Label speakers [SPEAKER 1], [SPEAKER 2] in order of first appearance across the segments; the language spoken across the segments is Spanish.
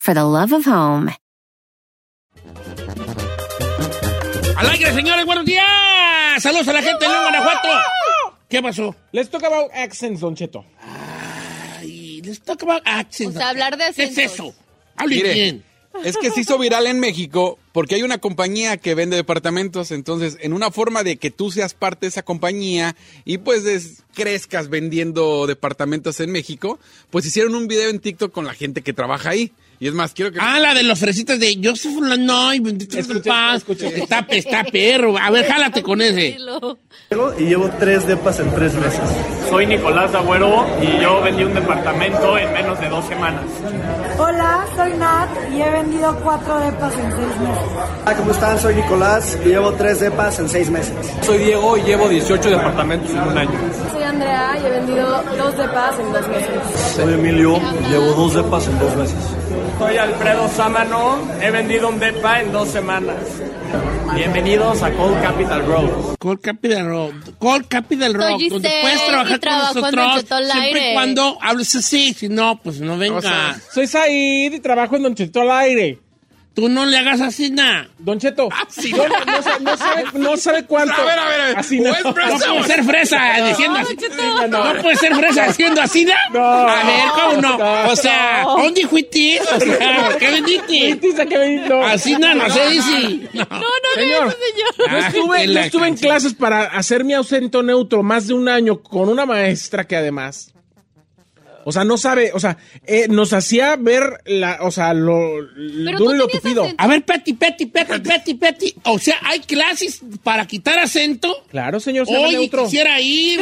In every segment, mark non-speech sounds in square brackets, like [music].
[SPEAKER 1] for the love of home.
[SPEAKER 2] Al aire,
[SPEAKER 3] Este-
[SPEAKER 2] señores, buenos días. Saludos a la gente de León, Guanajuato. ¿Qué pasó?
[SPEAKER 4] Let's talk about accents, Don Cheto.
[SPEAKER 2] Ay, let's talk about accents.
[SPEAKER 3] O sea, hablar de
[SPEAKER 2] Ah, ¿Qué es eso?
[SPEAKER 3] acentos.
[SPEAKER 2] Hable
[SPEAKER 5] Mire.
[SPEAKER 2] bien.
[SPEAKER 5] Es que se hizo viral en México porque hay una compañía que vende departamentos, entonces en una forma de que tú seas parte de esa compañía y pues es- crezcas vendiendo departamentos en México, pues hicieron un video en TikTok con la gente que trabaja ahí. Y es más, quiero que...
[SPEAKER 2] Ah, la de los fresitas de Joseph Lanoy, bendito sea el
[SPEAKER 4] Escuché,
[SPEAKER 2] paz.
[SPEAKER 4] escuché.
[SPEAKER 2] Está, está perro. A ver, jálate con ese.
[SPEAKER 3] Dilo.
[SPEAKER 6] y llevo tres depas en tres meses.
[SPEAKER 7] Soy Nicolás Agüero y yo vendí un departamento en menos de dos semanas.
[SPEAKER 8] Hola, soy Nat y he vendido cuatro depas en seis meses.
[SPEAKER 6] Hola, Ah, ¿cómo están? Soy Nicolás y llevo tres depas en seis meses.
[SPEAKER 5] Soy Diego y llevo 18
[SPEAKER 7] Departamentos en un año.
[SPEAKER 8] Soy Andrea y he vendido dos depas en dos meses.
[SPEAKER 6] Soy Emilio, llevo dos depas en dos meses.
[SPEAKER 7] Soy Alfredo Sámano, he vendido un depa en dos semanas. Bienvenidos a Cold Capital Road.
[SPEAKER 2] Call Capital Rock. Call Capital Rock.
[SPEAKER 3] Soy
[SPEAKER 2] donde
[SPEAKER 3] Giselle
[SPEAKER 2] puedes
[SPEAKER 3] y
[SPEAKER 2] trabajar con
[SPEAKER 3] trabajo en Don
[SPEAKER 2] nosotros.
[SPEAKER 3] Cheto al
[SPEAKER 2] Siempre
[SPEAKER 3] aire.
[SPEAKER 2] y cuando hables así. Si no, pues no venga.
[SPEAKER 4] Soy Said y trabajo en Don Cheto al aire.
[SPEAKER 2] Tú no le hagas así nada.
[SPEAKER 4] Don Cheto.
[SPEAKER 2] Ah, sí.
[SPEAKER 4] No, no, no sabe, no sabe- no sabe cuánto.
[SPEAKER 5] A ver, a ver, a ver.
[SPEAKER 4] Así no.
[SPEAKER 5] Wes
[SPEAKER 2] No
[SPEAKER 5] Bresson.
[SPEAKER 2] puede ser Pues, fresa diciendo así.
[SPEAKER 3] Cheto.
[SPEAKER 2] No puede ser fresa haciendo así, ¿no?
[SPEAKER 4] No.
[SPEAKER 2] A ver, ¿cómo no?
[SPEAKER 4] No.
[SPEAKER 2] O sea, ¿dónde fuiste? O sea, ¿qué vendiste?
[SPEAKER 4] Dice que me- no.
[SPEAKER 2] Así no, no se dice. No.
[SPEAKER 4] Señor, no
[SPEAKER 2] Ay,
[SPEAKER 4] estuve,
[SPEAKER 2] que
[SPEAKER 4] no
[SPEAKER 2] la
[SPEAKER 4] estuve en
[SPEAKER 2] canción.
[SPEAKER 4] clases para hacer mi ausento neutro más de un año con una maestra que además. O sea, no sabe, o sea, eh, nos hacía ver la, o sea, lo
[SPEAKER 3] Pero
[SPEAKER 4] duro
[SPEAKER 3] tú
[SPEAKER 4] y lo
[SPEAKER 3] tenías
[SPEAKER 4] tupido.
[SPEAKER 3] acento.
[SPEAKER 2] A ver, Peti, Peti, Peti, Peti, Peti. O sea, hay clases para quitar acento.
[SPEAKER 4] Claro, señor, sea
[SPEAKER 2] Hoy
[SPEAKER 4] neutro.
[SPEAKER 2] quisiera ir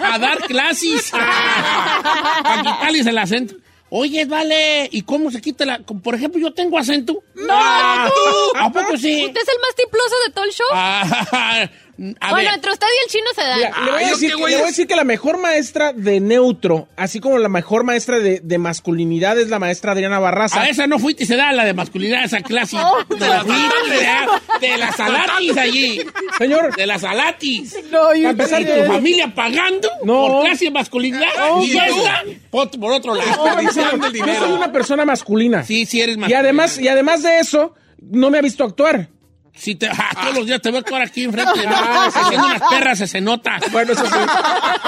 [SPEAKER 2] a dar clases a quitarles el acento. Oye, vale, ¿y cómo se quita la...? Por ejemplo, yo tengo acento. ¡No! ¿A poco sí?
[SPEAKER 3] ¿Usted ¿Este es el más tiploso de todo el show?
[SPEAKER 2] Ah, a
[SPEAKER 3] bueno,
[SPEAKER 2] ver.
[SPEAKER 3] entre usted y el chino se dan.
[SPEAKER 4] Mira, le, voy
[SPEAKER 5] Ay,
[SPEAKER 4] a
[SPEAKER 5] ¿yo
[SPEAKER 4] decir
[SPEAKER 5] qué,
[SPEAKER 4] que,
[SPEAKER 5] güey?
[SPEAKER 4] le voy a decir que la mejor maestra de neutro, así como la mejor maestra de, de masculinidad es la maestra Adriana Barraza.
[SPEAKER 5] Ah,
[SPEAKER 2] A esa no fuiste, se da la de masculinidad, esa clase. de la fuiste, de las alatis allí.
[SPEAKER 5] [laughs]
[SPEAKER 4] Señor,
[SPEAKER 2] De las alatis.
[SPEAKER 4] no,
[SPEAKER 2] Y tu familia pagando
[SPEAKER 4] No.
[SPEAKER 2] por clase de masculinidad
[SPEAKER 4] No,
[SPEAKER 2] y
[SPEAKER 4] no.
[SPEAKER 2] esta por, por otro lado.
[SPEAKER 5] Desperdiciando el
[SPEAKER 4] yo soy
[SPEAKER 5] dinero.
[SPEAKER 4] una persona masculina.
[SPEAKER 2] Sí, sí eres
[SPEAKER 4] y
[SPEAKER 2] masculino.
[SPEAKER 4] además, y además de eso, no me ha visto actuar.
[SPEAKER 2] Si te, ah, todos los días te voy a actuar aquí enfrente de mí, haciendo unas perras se nota.
[SPEAKER 4] Ah, Bueno, eso sí.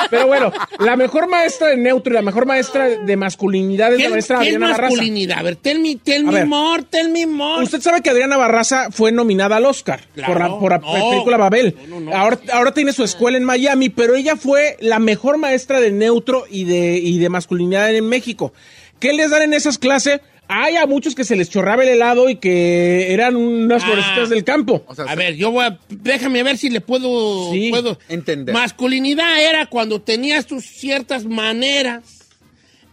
[SPEAKER 4] Pero bueno, la mejor maestra de neutro y la mejor maestra de masculinidad es
[SPEAKER 2] ¿Qué,
[SPEAKER 4] la maestra
[SPEAKER 2] qué es
[SPEAKER 4] Adriana Barraza.
[SPEAKER 2] masculinidad? A ver, tell me, tell
[SPEAKER 4] A
[SPEAKER 2] me
[SPEAKER 4] ver.
[SPEAKER 2] more, tell me more.
[SPEAKER 4] Usted sabe que Adriana Barraza fue nominada al Oscar
[SPEAKER 2] Claro,
[SPEAKER 4] por la, por la
[SPEAKER 2] no.
[SPEAKER 4] pe- película Babel.
[SPEAKER 2] No, no, no.
[SPEAKER 4] Ahora, ahora tiene su escuela en Miami, pero ella fue la mejor maestra de neutro y de, y de masculinidad en México. ¿Qué les dan en esas clases? Hay a muchos que se les chorraba el helado y que eran unas
[SPEAKER 2] Ah.
[SPEAKER 4] florecitas del campo.
[SPEAKER 5] O sea,
[SPEAKER 2] a ver, yo voy a, déjame ver si le puedo,
[SPEAKER 4] Sí,
[SPEAKER 2] puedo
[SPEAKER 5] entender.
[SPEAKER 2] Masculinidad era cuando tenías tus ciertas maneras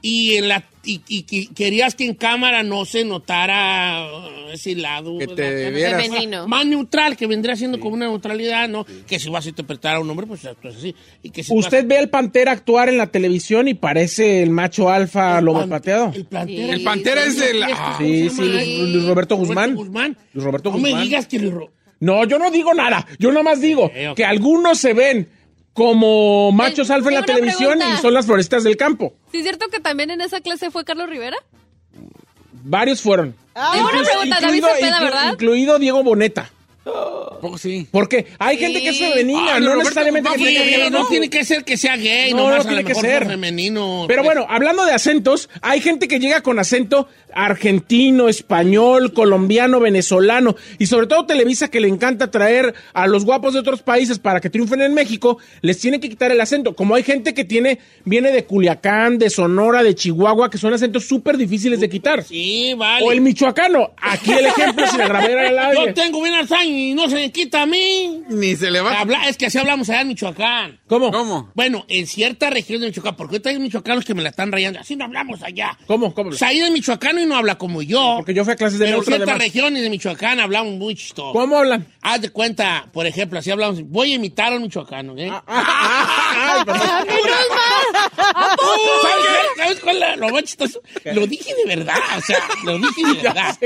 [SPEAKER 2] y en la y, y- y querías que en cámara no se notara uh, ese lado
[SPEAKER 5] Que
[SPEAKER 2] ¿verdad?
[SPEAKER 5] te
[SPEAKER 2] Ya no
[SPEAKER 5] vieras.
[SPEAKER 2] sé,
[SPEAKER 3] Femenino.
[SPEAKER 2] más neutral que vendría siendo como una neutralidad, ¿no? Que si vas a interpretar a un hombre, pues actúas así y que si
[SPEAKER 4] Usted ve al Pantera actuar en la televisión y parece el macho alfa
[SPEAKER 2] vas-
[SPEAKER 4] lobo
[SPEAKER 2] pan-
[SPEAKER 4] pateado.
[SPEAKER 2] El plantera.
[SPEAKER 5] El Pantera es el... ah,
[SPEAKER 4] Ah, Sí,
[SPEAKER 2] ¿cómo se llama?
[SPEAKER 4] sí, Luis Roberto Guzmán.
[SPEAKER 2] Guzmán.
[SPEAKER 4] Luis Roberto
[SPEAKER 2] no me
[SPEAKER 4] Guzmán.
[SPEAKER 2] digas que Luis Ro-
[SPEAKER 4] No, yo no digo nada. Yo nomás digo
[SPEAKER 2] Ok, ok.
[SPEAKER 4] que algunos se ven como machos
[SPEAKER 3] Eh,
[SPEAKER 4] alfa en la
[SPEAKER 3] tengo una
[SPEAKER 4] televisión
[SPEAKER 3] pregunta.
[SPEAKER 4] y son las florestas del campo.
[SPEAKER 3] ¿Sí es cierto que también en esa clase fue Carlos Rivera?
[SPEAKER 4] Varios fueron.
[SPEAKER 3] Tengo una
[SPEAKER 4] Incluso-
[SPEAKER 3] Ah, pregunta, David
[SPEAKER 4] incluido-
[SPEAKER 3] Cepeda,
[SPEAKER 4] inclu-
[SPEAKER 3] ¿verdad?
[SPEAKER 4] Incluido Diego Boneta.
[SPEAKER 5] ¿A poco sí?
[SPEAKER 4] Porque hay gente que es femenina,
[SPEAKER 5] Ah,
[SPEAKER 4] no
[SPEAKER 5] Roberto,
[SPEAKER 4] necesariamente que
[SPEAKER 5] vamos,
[SPEAKER 4] tenga que
[SPEAKER 2] Sí,
[SPEAKER 4] ver,
[SPEAKER 2] no tiene que ser que sea gay,
[SPEAKER 4] No,
[SPEAKER 2] nomás
[SPEAKER 4] no
[SPEAKER 2] a lo
[SPEAKER 4] tiene que
[SPEAKER 2] mejor
[SPEAKER 4] ser.
[SPEAKER 2] son femeninos.
[SPEAKER 4] Pero
[SPEAKER 2] Pues,
[SPEAKER 4] bueno, hablando de acentos, hay gente que llega con acento argentino, español, colombiano, venezolano y sobre todo Televisa que le encanta traer a los guapos de otros países para que triunfen en México, les tiene que quitar el acento. Como hay gente que tiene viene de Culiacán, de Sonora, de Chihuahua, que son acentos súper difíciles de quitar.
[SPEAKER 2] Sí, vale.
[SPEAKER 4] O el michoacano. Aquí el ejemplo sin agravar al
[SPEAKER 2] [laughs] Yo
[SPEAKER 4] aire.
[SPEAKER 2] tengo bien alzán y no se me quita a mí.
[SPEAKER 5] [laughs] Ni se le
[SPEAKER 4] Ah.
[SPEAKER 5] va.
[SPEAKER 2] Habla- es que así hablamos allá en Michoacán.
[SPEAKER 4] ¿Cómo?
[SPEAKER 5] ¿Cómo?
[SPEAKER 2] Bueno, en cierta región de Michoacán, porque ahorita hay michoacanos que me la están rayando. Así no hablamos allá.
[SPEAKER 4] ¿Cómo? ¿Cómo?
[SPEAKER 2] O sea, ahí de michoacano y no habla como yo.
[SPEAKER 4] Porque yo fui a clases de
[SPEAKER 2] Pero en
[SPEAKER 4] neutro,
[SPEAKER 2] ciertas
[SPEAKER 4] además.
[SPEAKER 2] regiones de Michoacán hablamos muy chistoso.
[SPEAKER 4] ¿Cómo hablan?
[SPEAKER 2] Haz de cuenta, por ejemplo, así hablamos. Voy a imitar a un michoacano, ¿eh?
[SPEAKER 4] Ay, perdón.
[SPEAKER 3] [laughs]
[SPEAKER 2] ¡Uh! ¿Sabes, sabes cuál es lo más chistoso? Lo dije de verdad, o sea, lo dije de verdad.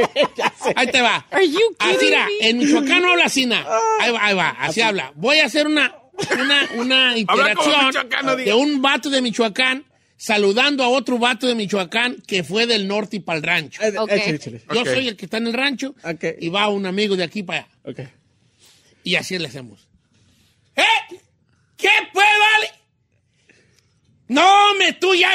[SPEAKER 2] Ahí te va.
[SPEAKER 3] Are you
[SPEAKER 2] Así
[SPEAKER 3] kidding
[SPEAKER 2] era,
[SPEAKER 3] me?
[SPEAKER 2] en Michoacán no habla así, na. Ahí va, ahí va, así habla. Voy a hacer una, una, una interacción
[SPEAKER 5] michoacano, diga.
[SPEAKER 2] de un vato de Michoacán saludando a otro vato de Michoacán que fue del norte y para el rancho.
[SPEAKER 4] Eh,
[SPEAKER 3] Ok.
[SPEAKER 4] échale, échale.
[SPEAKER 2] Yo
[SPEAKER 5] Ok.
[SPEAKER 2] soy el que está en el rancho
[SPEAKER 4] Ok.
[SPEAKER 2] y va un amigo de aquí para allá.
[SPEAKER 4] Ok.
[SPEAKER 2] Y así le hacemos. ¿Eh? ¿Qué pues, vale? No, me tú ya.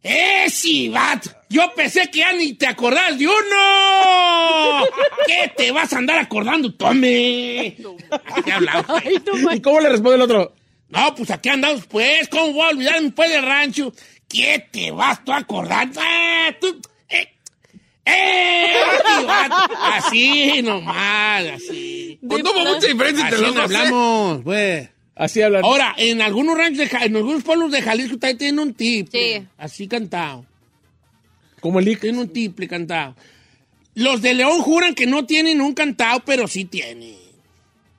[SPEAKER 2] ¡Ese vato! Yo pensé que ya ni te acordás de uno. ¿Qué te vas a andar acordando? ¡Tome! Así te hablaba.
[SPEAKER 4] ¿Y cómo le responde el otro?
[SPEAKER 2] No, pues aquí andamos, pues. ¿Cómo voy a olvidarme, pues, del rancho? ¿Qué te vas tú a acordar? Ah, tú, eh, eh, ese vato. Así nomás, así.
[SPEAKER 5] Pues no hubo mucha diferencia
[SPEAKER 2] Así
[SPEAKER 5] entre los
[SPEAKER 2] no
[SPEAKER 5] dos. ¿eh?
[SPEAKER 2] hablamos, güey.
[SPEAKER 4] Así hablan.
[SPEAKER 2] Ahora, en algunos ranchos, de, Ja- en algunos pueblos de Jalisco también tienen un tip.
[SPEAKER 3] Sí.
[SPEAKER 2] Así cantado.
[SPEAKER 4] Como el Ic.
[SPEAKER 2] Tienen un tiple cantado. Los de León juran que no tienen un cantado, pero sí tienen.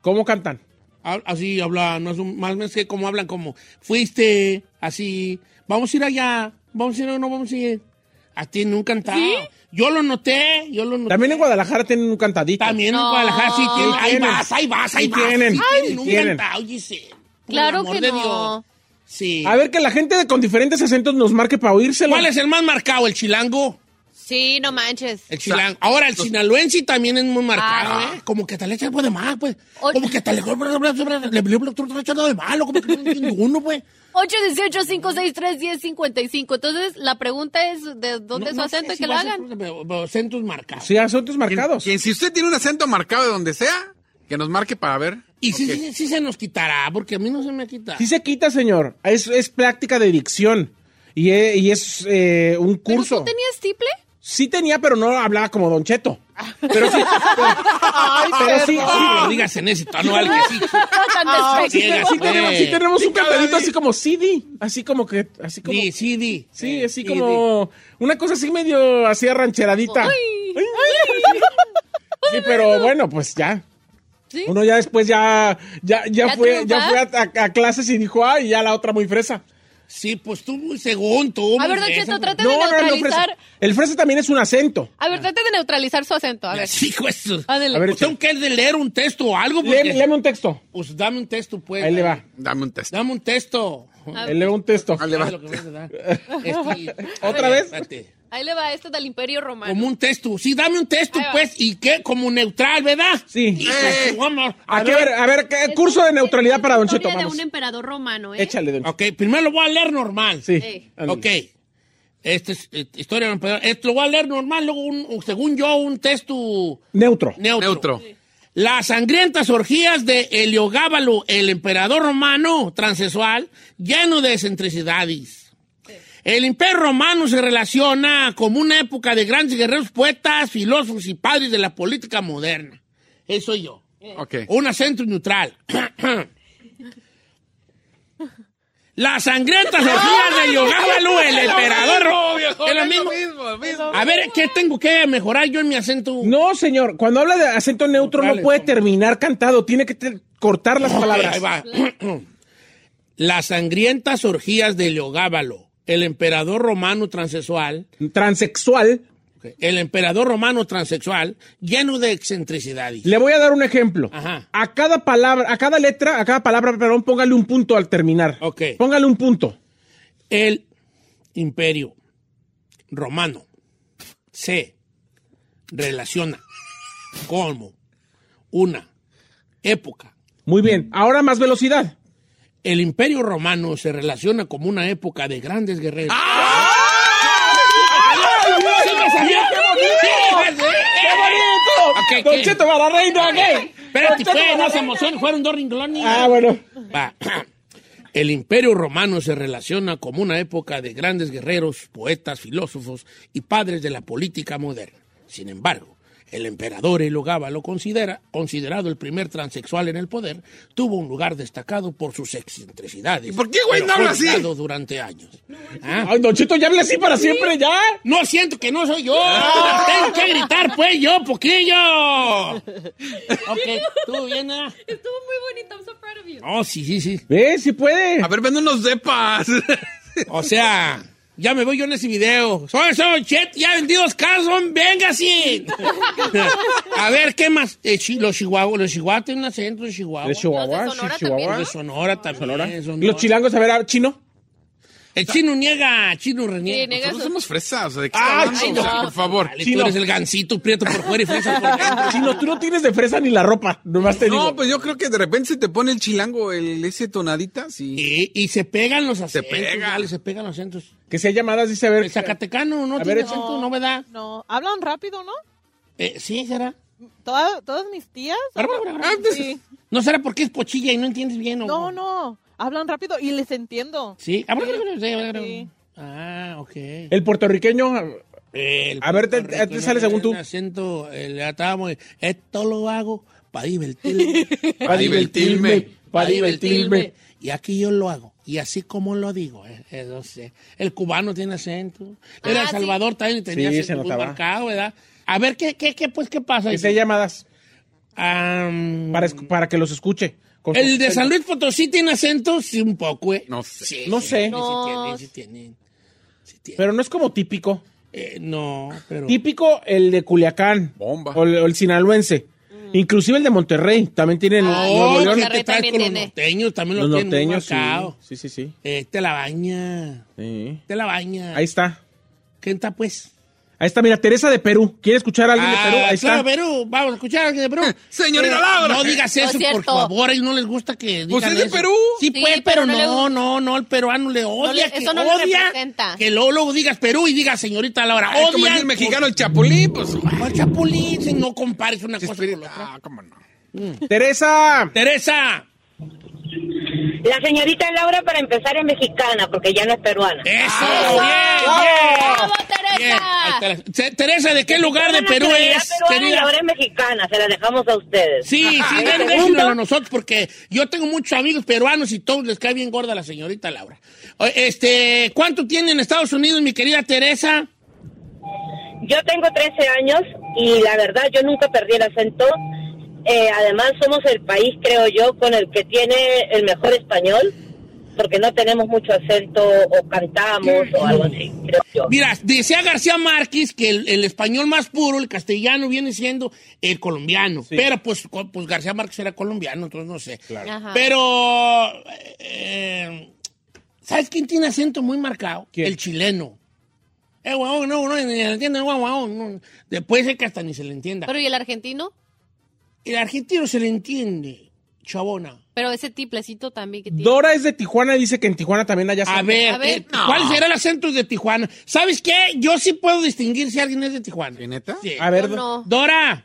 [SPEAKER 4] ¿Cómo cantan?
[SPEAKER 2] Hab- Así hablan, no es un- más o menos que como hablan, como fuiste, así, vamos a ir allá, vamos a ir o no vamos a ir. Así tienen un cantado. Yo lo noté, yo lo noté.
[SPEAKER 4] También en Guadalajara tienen un cantadito.
[SPEAKER 2] También en
[SPEAKER 3] No.
[SPEAKER 2] Guadalajara sí tienen.
[SPEAKER 4] Sí
[SPEAKER 2] Ahí
[SPEAKER 4] tienen.
[SPEAKER 2] vas, ahí vas, ahí
[SPEAKER 4] Sí
[SPEAKER 2] vas.
[SPEAKER 4] tienen.
[SPEAKER 2] Sí
[SPEAKER 4] Ay,
[SPEAKER 2] tienen un
[SPEAKER 4] tienen.
[SPEAKER 2] cantado, Giselle. Por
[SPEAKER 3] Claro
[SPEAKER 2] el amor
[SPEAKER 3] que
[SPEAKER 2] de
[SPEAKER 3] no.
[SPEAKER 2] Dios. Sí.
[SPEAKER 4] A ver, que la gente de- con diferentes acentos nos marque para oírselo.
[SPEAKER 2] ¿Cuál es el más marcado? El chilango.
[SPEAKER 3] Sí, no manches.
[SPEAKER 4] Eh.
[SPEAKER 2] El chilango. Ahora, el sinaloense también es muy marcado,
[SPEAKER 3] Ah.
[SPEAKER 2] ¿eh? Como que tal vez algo de más, pues.
[SPEAKER 3] Oye.
[SPEAKER 2] Como que tal vez le dio otro hecho de malo, como que no entiendo uno, pues.
[SPEAKER 3] 818-563-1055. Entonces, la pregunta es: ¿de dónde es su
[SPEAKER 2] No- no sé
[SPEAKER 3] acento y
[SPEAKER 2] si
[SPEAKER 3] que lo
[SPEAKER 2] va a ser
[SPEAKER 3] hagan?
[SPEAKER 2] problema, pero- pero Acentos marcados.
[SPEAKER 4] Sí, acentos marcados.
[SPEAKER 5] Quien si usted tiene un acento marcado de donde sea, que nos marque para ver.
[SPEAKER 2] Y sí,
[SPEAKER 5] Ok.
[SPEAKER 2] sí, sí se nos quitará, porque a mí no se me quita.
[SPEAKER 4] Sí se quita, señor. Es, es práctica de dicción. Y e- y es, eh, un
[SPEAKER 3] ¿Pero
[SPEAKER 4] curso.
[SPEAKER 3] tú tenías
[SPEAKER 2] [laughs]
[SPEAKER 3] tiple?
[SPEAKER 4] Sí tenía, pero no hablaba como Don Cheto.
[SPEAKER 3] Ah.
[SPEAKER 4] Pero
[SPEAKER 3] [laughs]
[SPEAKER 4] sí. pero sí.
[SPEAKER 2] Ah, No me lo digas en ese tono, al que Ah, sí.
[SPEAKER 3] Tan
[SPEAKER 2] sí,
[SPEAKER 3] despectivo.
[SPEAKER 2] era
[SPEAKER 4] Sí tenemos, sí tenemos un
[SPEAKER 5] Picada,
[SPEAKER 4] cantadito
[SPEAKER 5] di.
[SPEAKER 4] así como CD. Así como que. Así como.
[SPEAKER 2] Di, sí, di.
[SPEAKER 4] Sí,
[SPEAKER 2] Eh,
[SPEAKER 4] así
[SPEAKER 2] di, di.
[SPEAKER 4] como una cosa así medio así arrancheradita.
[SPEAKER 3] Ay.
[SPEAKER 4] Ay. Sí, pero bueno, pues ya.
[SPEAKER 3] Sí.
[SPEAKER 4] Uno ya después ya ya ya,
[SPEAKER 3] ¿Ya
[SPEAKER 4] fue ya
[SPEAKER 3] triunfa?
[SPEAKER 4] fue a, a- a clases y dijo, "Ay, ya la otra muy fresa."
[SPEAKER 2] Sí, pues tú, muy según tú.
[SPEAKER 3] A
[SPEAKER 2] muy
[SPEAKER 3] ver, Don
[SPEAKER 2] fresa,
[SPEAKER 3] Cheto,
[SPEAKER 2] pues.
[SPEAKER 3] trate de neutralizar.
[SPEAKER 4] fresa. El fresa también es un acento.
[SPEAKER 3] A ver, trate de neutralizar su acento. A ver.
[SPEAKER 2] Sí, pues.
[SPEAKER 3] Adelante.
[SPEAKER 4] A ver,
[SPEAKER 2] Pues tengo que de leer un texto o algo, porque...
[SPEAKER 4] Léeme, léeme un texto.
[SPEAKER 2] Pues dame un texto, pues.
[SPEAKER 4] Ahí le va.
[SPEAKER 5] Dame un test.
[SPEAKER 2] Dame un texto.
[SPEAKER 4] Ahí le va un texto.
[SPEAKER 5] Ahí le va.
[SPEAKER 2] Dame lo que me vas a dar. Este,
[SPEAKER 4] ¿Otra vez?
[SPEAKER 2] espérate.
[SPEAKER 3] Ahí le va esto del Imperio Romano.
[SPEAKER 2] Como un texto. Sí, dame un texto,
[SPEAKER 3] Ahí va.
[SPEAKER 2] pues. ¿Y qué? Como neutral, ¿verdad?
[SPEAKER 4] Sí.
[SPEAKER 2] Hijo de su amor.
[SPEAKER 4] A qué- a ver, a ver, ¿qué curso de neutralidad para Don Cheto,
[SPEAKER 3] de
[SPEAKER 4] vamos.
[SPEAKER 3] un emperador romano, ¿eh?
[SPEAKER 4] Échale, Don Cheto.
[SPEAKER 2] Ok, primero lo voy a leer normal.
[SPEAKER 4] Sí.
[SPEAKER 3] Sí.
[SPEAKER 4] ándale.
[SPEAKER 2] Ok. Este es, eh, historia de un emperador. Esto lo voy a leer normal, luego, un- según yo, un texto
[SPEAKER 4] Neutro.
[SPEAKER 2] neutro.
[SPEAKER 5] Neutro.
[SPEAKER 2] Las sangrientas orgías de Heliogábalo, el emperador romano transexual, lleno de excentricidades. El imperio romano se relaciona como una época de grandes guerreros, poetas, filósofos y padres de la política moderna. Eso soy yo.
[SPEAKER 5] Ok.
[SPEAKER 2] Un acento neutral. Las sangrientas orgías de Heliogábalo, el emperador.
[SPEAKER 5] viejo,
[SPEAKER 2] Es lo
[SPEAKER 5] es
[SPEAKER 2] mismo.
[SPEAKER 5] lo mismo.
[SPEAKER 2] A ver, ¿qué tengo que mejorar yo en mi acento?
[SPEAKER 4] No, señor, cuando habla de acento neutro no
[SPEAKER 2] Neutrales,
[SPEAKER 4] puede
[SPEAKER 2] hombre.
[SPEAKER 4] terminar cantado, tiene que te- cortar las palabras.
[SPEAKER 2] Ahí va. [clears throat] Las sangrientas orgías de Leogábalo, el emperador romano transexual,
[SPEAKER 4] Transexual,
[SPEAKER 2] el emperador romano transexual, lleno de excentricidades.
[SPEAKER 4] le voy a dar un ejemplo.
[SPEAKER 2] Ajá.
[SPEAKER 4] A cada palabra, a cada letra, a cada palabra, perdón, póngale un punto al terminar.
[SPEAKER 2] Ok.
[SPEAKER 4] Póngale un punto.
[SPEAKER 2] El imperio romano se relaciona como una época.
[SPEAKER 4] Muy bien. Ahora más velocidad.
[SPEAKER 2] El Imperio Romano se relaciona como una época de grandes guerreros. ¡Sí me sabía! ¡Qué bonito! ¡Qué bonito!
[SPEAKER 4] Don Cheto para la reina, ¿qué?
[SPEAKER 2] Espérate,
[SPEAKER 4] Don Cheto
[SPEAKER 2] pues,
[SPEAKER 4] para
[SPEAKER 2] no
[SPEAKER 4] la
[SPEAKER 2] se
[SPEAKER 4] reina.
[SPEAKER 2] emocionen, fueron dos renglones.
[SPEAKER 4] Ah, bueno.
[SPEAKER 2] Va. [clears throat] El imperio romano se relaciona como una época de grandes guerreros, poetas, filósofos y padres de la política moderna. Sin embargo, el emperador Helogaba lo considera, considerado el primer transexual en el poder, tuvo un lugar destacado por sus excentricidades.
[SPEAKER 5] ¿Y por qué, güey,
[SPEAKER 2] pero
[SPEAKER 5] no
[SPEAKER 2] fue
[SPEAKER 5] habla así?
[SPEAKER 2] olvidado durante años. ¿Ah?
[SPEAKER 4] Ay, Don Cheto, ya habla así para siempre, ya.
[SPEAKER 2] No siento que no soy yo. Tengo que gritar, pues, yo, poquillo. ok, tú vienes.
[SPEAKER 3] Estuvo muy bonito, I'm so proud of you.
[SPEAKER 2] Oh, sí, sí, sí.
[SPEAKER 4] ¿Ves? Si puede.
[SPEAKER 5] A ver, vende unos depas. [laughs]
[SPEAKER 2] O sea, ya me voy yo en ese video. Son, son, chet, ya vendí dos casos, son, venga, sí. [laughs] A ver, ¿qué más? Eh, chi- los chihuahuas, los chihuahuas tienen acento de chihuahua.
[SPEAKER 4] Es Chihuahua,
[SPEAKER 3] Los de Sonora
[SPEAKER 4] sí, Chihuahua.
[SPEAKER 3] también,
[SPEAKER 2] De Sonora también. Sonora.
[SPEAKER 4] Los chilangos, a ver, a- chino.
[SPEAKER 2] El chino niega, chino reniega.
[SPEAKER 3] Sí, niega
[SPEAKER 5] Nosotros
[SPEAKER 3] su-
[SPEAKER 5] somos fresas. ¿De qué
[SPEAKER 4] Ah,
[SPEAKER 5] está hablando?
[SPEAKER 4] chino.
[SPEAKER 5] O sea, por favor.
[SPEAKER 2] Dale,
[SPEAKER 4] Chino.
[SPEAKER 2] Tú eres el gancito prieto por fuera y fresa por
[SPEAKER 4] [laughs]
[SPEAKER 2] dentro.
[SPEAKER 4] Chino, tú no tienes de fresa ni la ropa.
[SPEAKER 2] [laughs]
[SPEAKER 4] Nomás te digo.
[SPEAKER 5] No, pues yo creo que de repente se te pone el chilango, el, ese tonadita, sí.
[SPEAKER 2] Y, y se pegan los acentos.
[SPEAKER 5] pega.
[SPEAKER 2] dale, se pegan los acentos.
[SPEAKER 4] Que sea llamadas, dice, a ver.
[SPEAKER 2] El zacatecano no
[SPEAKER 4] A
[SPEAKER 2] tiene
[SPEAKER 4] ver, echa.
[SPEAKER 2] acento, ¿no verdad?
[SPEAKER 9] No, hablan rápido, ¿no?
[SPEAKER 2] Eh, sí, será.
[SPEAKER 9] Toda- todas mis tías. Sí.
[SPEAKER 2] No será porque es pochilla y no entiendes bien. o-
[SPEAKER 9] No, no, hablan rápido y les entiendo.
[SPEAKER 2] Sí. Ah, bueno, bueno, sí, bueno,
[SPEAKER 9] Sí.
[SPEAKER 2] Ah, ok.
[SPEAKER 4] El puertorriqueño.
[SPEAKER 2] El
[SPEAKER 4] Eh, A ver, te-
[SPEAKER 2] puertorriqueño
[SPEAKER 4] te sale según tú.
[SPEAKER 2] tiene acento, eh, le atamos, eh, esto lo hago para divertirme.
[SPEAKER 5] Para divertirme.
[SPEAKER 2] Para divertirme. Y aquí yo lo hago. Y así como lo digo. eh, eh, no sé. El cubano tiene acento. Era
[SPEAKER 3] Ah,
[SPEAKER 2] El
[SPEAKER 3] sí.
[SPEAKER 2] Salvador también tenía
[SPEAKER 4] Sí, se
[SPEAKER 2] acento muy
[SPEAKER 4] notaba.
[SPEAKER 2] marcado, ¿verdad? A ver, ¿qué, qué, qué, pues, qué pasa?
[SPEAKER 4] Que sea llamadas.
[SPEAKER 2] Am,
[SPEAKER 4] Para, escu- para que los escuche. Con
[SPEAKER 2] el
[SPEAKER 4] sus-
[SPEAKER 2] de San Luis Potosí tiene acento, sí, un poco, ¿eh?
[SPEAKER 5] No sé.
[SPEAKER 2] Sí,
[SPEAKER 4] No
[SPEAKER 2] sí,
[SPEAKER 4] sé.
[SPEAKER 2] Sí,
[SPEAKER 3] No.
[SPEAKER 2] tienen, sí tienen. Sí tienen.
[SPEAKER 4] Pero no es como típico.
[SPEAKER 2] Eh, no, pero...
[SPEAKER 4] Típico el de Culiacán.
[SPEAKER 5] Bomba.
[SPEAKER 4] O el, o el sinaloense. Inclusive el de Monterrey. También tienen.
[SPEAKER 3] Mm. Ah,
[SPEAKER 4] Nuevo
[SPEAKER 2] Oh,
[SPEAKER 4] León.
[SPEAKER 2] ¿qué
[SPEAKER 3] Monterrey
[SPEAKER 2] te traes
[SPEAKER 3] también
[SPEAKER 2] con
[SPEAKER 3] tiene.
[SPEAKER 2] los norteños? También
[SPEAKER 4] Los
[SPEAKER 2] los, tienen muy
[SPEAKER 4] norteños, sí.
[SPEAKER 2] marcados.
[SPEAKER 4] Sí, sí, sí.
[SPEAKER 2] Eh, te la baña.
[SPEAKER 4] Sí.
[SPEAKER 2] Te la baña.
[SPEAKER 4] Ahí está.
[SPEAKER 2] ¿Quién está, pues?
[SPEAKER 4] Ahí está, mira, Teresa de Perú. ¿Quiere escuchar a alguien de
[SPEAKER 2] Ah,
[SPEAKER 4] Perú? Ahí está.
[SPEAKER 2] claro, Perú. Vamos a escuchar a alguien de Perú.
[SPEAKER 5] Señorita
[SPEAKER 2] Eh,
[SPEAKER 5] Laura.
[SPEAKER 2] No digas
[SPEAKER 3] No es
[SPEAKER 2] eso, por
[SPEAKER 3] cierto.
[SPEAKER 2] favor. A ellos no les gusta que digan
[SPEAKER 5] Pues es de
[SPEAKER 2] eso.
[SPEAKER 5] Perú.
[SPEAKER 2] Sí,
[SPEAKER 3] Sí,
[SPEAKER 2] pues, pero,
[SPEAKER 3] pero no le
[SPEAKER 2] no,
[SPEAKER 3] gusta.
[SPEAKER 2] no, no. El peruano le odia.
[SPEAKER 3] le-
[SPEAKER 2] que
[SPEAKER 3] eso no le
[SPEAKER 2] odia
[SPEAKER 3] representa.
[SPEAKER 2] Que luego, luego digas Perú y digas señorita Laura.
[SPEAKER 5] Ay, como
[SPEAKER 2] Odian
[SPEAKER 5] es el mexicano, el chapulín, pues.
[SPEAKER 2] con- con Chapulín, si no compares una cosa con la otra.
[SPEAKER 5] Ah, cómo no.
[SPEAKER 4] Teresa.
[SPEAKER 2] Teresa.
[SPEAKER 10] La señorita Laura, para empezar, es mexicana, porque ya no es peruana.
[SPEAKER 2] Eso.
[SPEAKER 3] ¡Bravo,
[SPEAKER 2] Bien, bien. Bien. Ahí,
[SPEAKER 3] Teresa!
[SPEAKER 2] Teresa. Se- Teresa, ¿de qué lugar de
[SPEAKER 10] Una
[SPEAKER 2] Perú
[SPEAKER 10] nacionalidad
[SPEAKER 2] es,
[SPEAKER 10] peruana y
[SPEAKER 2] querida?
[SPEAKER 10] ahora es mexicana, se la dejamos a ustedes.
[SPEAKER 2] Sí, sí,
[SPEAKER 10] El
[SPEAKER 2] deben
[SPEAKER 10] segundo,
[SPEAKER 2] decirlo a nosotros porque yo tengo muchos amigos peruanos y todos les cae bien gorda la señorita Laura. O- Este, ¿cuánto tiene en Estados Unidos mi querida Teresa?
[SPEAKER 10] Yo tengo 13 años y la verdad yo nunca perdí el acento. Eh, además somos el país, creo yo, con el que tiene el mejor español, porque no tenemos mucho acento o cantamos o algo así, creo yo.
[SPEAKER 2] Mira, decía García Márquez que el, el español más puro, el castellano, viene siendo el colombiano. Pero pues, co- pues García Márquez era colombiano, entonces no sé.
[SPEAKER 3] Ajá.
[SPEAKER 2] Pero, eh, ¿sabes quién tiene acento muy marcado?
[SPEAKER 4] ¿Quién?
[SPEAKER 2] El chileno. Eh, huevón, no, no, ni se le entiende, guau, guau, no. Después es que hasta ni se le entienda.
[SPEAKER 3] Pero ¿y el argentino?
[SPEAKER 2] El argentino se le entiende, chabona.
[SPEAKER 3] Pero ese tiplecito también que tiene.
[SPEAKER 4] Dora es de Tijuana y dice que en Tijuana también hay
[SPEAKER 2] A
[SPEAKER 4] acento.
[SPEAKER 2] ver,
[SPEAKER 3] A ver,
[SPEAKER 2] eh, ¿cuál será el acento de Tijuana? ¿Sabes qué? Yo sí puedo distinguir si alguien es de Tijuana.
[SPEAKER 5] ¿Sí, neta?
[SPEAKER 2] Sí.
[SPEAKER 4] A ver,
[SPEAKER 3] Yo no.
[SPEAKER 2] Dora.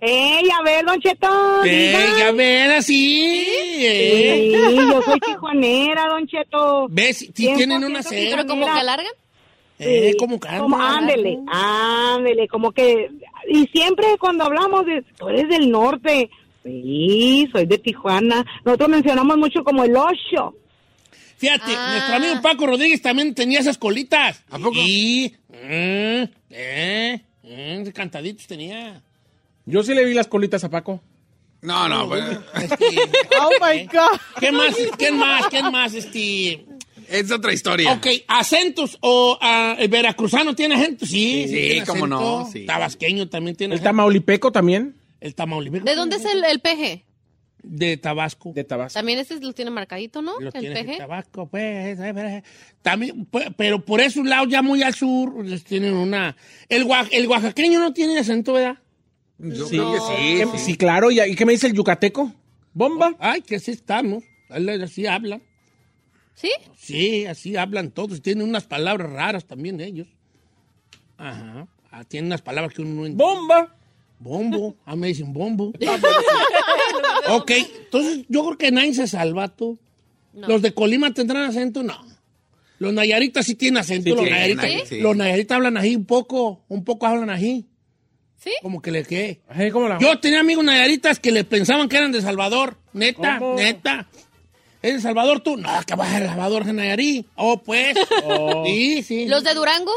[SPEAKER 10] ¡Ey, a ver, Don Cheto!
[SPEAKER 2] Eh,
[SPEAKER 10] digan.
[SPEAKER 2] ya ver, así. eh.
[SPEAKER 10] Sí, yo soy tijuanera, Don Cheto.
[SPEAKER 2] ¿Ves? Sí
[SPEAKER 10] Cien
[SPEAKER 2] tienen
[SPEAKER 10] por
[SPEAKER 2] una
[SPEAKER 10] ciento
[SPEAKER 2] acento.
[SPEAKER 3] ¿Pero como que alargan?
[SPEAKER 2] Eh, como que
[SPEAKER 10] Como,
[SPEAKER 2] anda.
[SPEAKER 10] ándele, ándele, como que... Y siempre cuando hablamos de, tú eres del norte. Sí, soy de Tijuana. Nosotros mencionamos mucho como el ocho.
[SPEAKER 2] Fíjate,
[SPEAKER 3] Ah.
[SPEAKER 2] nuestro amigo Paco Rodríguez también tenía esas colitas.
[SPEAKER 5] ¿A poco?
[SPEAKER 2] Y, mm, eh, mm, cantaditos tenía.
[SPEAKER 4] yo sí le vi las colitas a Paco.
[SPEAKER 5] No, no, pues.
[SPEAKER 2] Es
[SPEAKER 5] [laughs]
[SPEAKER 2] que-
[SPEAKER 9] Oh my God.
[SPEAKER 2] Este, ¿Qué más? ¿Quién más? ¿Quién más? Este...
[SPEAKER 5] Es otra historia.
[SPEAKER 2] Ok, acentos o ah, el veracruzano tiene acento, sí,
[SPEAKER 5] Sí,
[SPEAKER 2] tiene
[SPEAKER 5] cómo no,
[SPEAKER 2] acento.
[SPEAKER 5] sí.
[SPEAKER 2] Tabasqueño también tiene
[SPEAKER 4] El
[SPEAKER 2] acento.
[SPEAKER 4] Tamaulipeco también.
[SPEAKER 2] el Tamaulipeco.
[SPEAKER 3] ¿De dónde es el, el peje?
[SPEAKER 2] De Tabasco.
[SPEAKER 4] De Tabasco.
[SPEAKER 3] También ese lo tiene marcadito, ¿no?
[SPEAKER 2] Los
[SPEAKER 3] el
[SPEAKER 2] tiene de
[SPEAKER 3] peje.
[SPEAKER 2] Tabasco, pues. eh, eh. También, pues, pero por esos lados ya muy al sur les tienen una. El, oa- el oaxaqueño no tiene acento, ¿verdad?
[SPEAKER 5] Yo
[SPEAKER 4] Sí.
[SPEAKER 5] creo que sí.
[SPEAKER 4] Sí, claro. ¿Y, y qué me dice el yucateco? ¿Bomba?
[SPEAKER 2] Ay, que así estamos. Así hablan.
[SPEAKER 3] ¿Sí?
[SPEAKER 2] Sí, así hablan todos. Tienen unas palabras raras también ellos. Ajá. Ah, tienen unas palabras que uno no entiende.
[SPEAKER 4] ¡Bomba!
[SPEAKER 2] Bombo. Ah, me dicen bombo. ok, entonces yo creo que nadie se salva, tú. ¿Los de Colima tendrán acento? No. Los Nayaritas sí tienen acento.
[SPEAKER 5] Sí,
[SPEAKER 2] los,
[SPEAKER 5] tienen,
[SPEAKER 2] nayaritas,
[SPEAKER 5] ¿sí?
[SPEAKER 2] los Nayaritas hablan ají un poco, un poco hablan ají.
[SPEAKER 3] ¿Sí?
[SPEAKER 2] Como que le qué.
[SPEAKER 4] ¿Cómo la
[SPEAKER 2] Yo tenía amigos Nayaritas que le pensaban que eran de Salvador. Neta,
[SPEAKER 4] ¿Cómo?
[SPEAKER 2] neta. ¿Es de Salvador tú? No, que vas a Salvador de Nayarit. Oh, pues.
[SPEAKER 4] Oh.
[SPEAKER 2] Sí, sí.
[SPEAKER 3] ¿Los de Durango?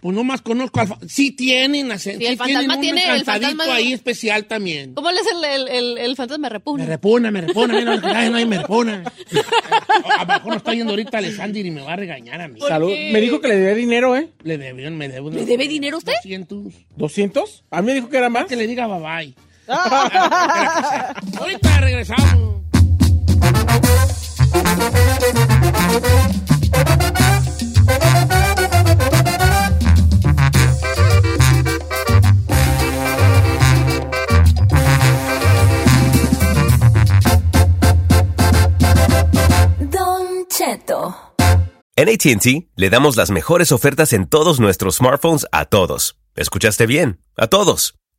[SPEAKER 2] Pues nomás conozco al... fa- Sí tienen acento.
[SPEAKER 3] Sí, el fantasma
[SPEAKER 2] tienen
[SPEAKER 3] tiene-
[SPEAKER 2] un
[SPEAKER 3] el
[SPEAKER 2] cantadito
[SPEAKER 3] fantasma-
[SPEAKER 2] ahí especial también.
[SPEAKER 3] ¿Cómo le es el, el, el, el fantasma
[SPEAKER 2] Me
[SPEAKER 3] de repugna?
[SPEAKER 2] repona, me repona, mira, lo que trae, nadie me repona.
[SPEAKER 3] [laughs]
[SPEAKER 2] A- Abajo no está yendo ahorita Alessandri y me va a regañar a mí.
[SPEAKER 4] Salud.
[SPEAKER 3] qué?
[SPEAKER 4] Me dijo que le debía dinero, ¿eh?
[SPEAKER 2] Le debe, me debe.
[SPEAKER 3] ¿Le debe dinero usted?
[SPEAKER 2] Siento
[SPEAKER 4] ¿200? A mí me dijo que era más.
[SPEAKER 2] que le diga bye
[SPEAKER 3] [laughs]
[SPEAKER 2] bye.
[SPEAKER 9] Ah.
[SPEAKER 2] Ahorita regresamos.
[SPEAKER 8] Don Cheto.
[SPEAKER 11] En ATT le damos las mejores ofertas en todos nuestros smartphones a todos. ¿Escuchaste bien? A todos.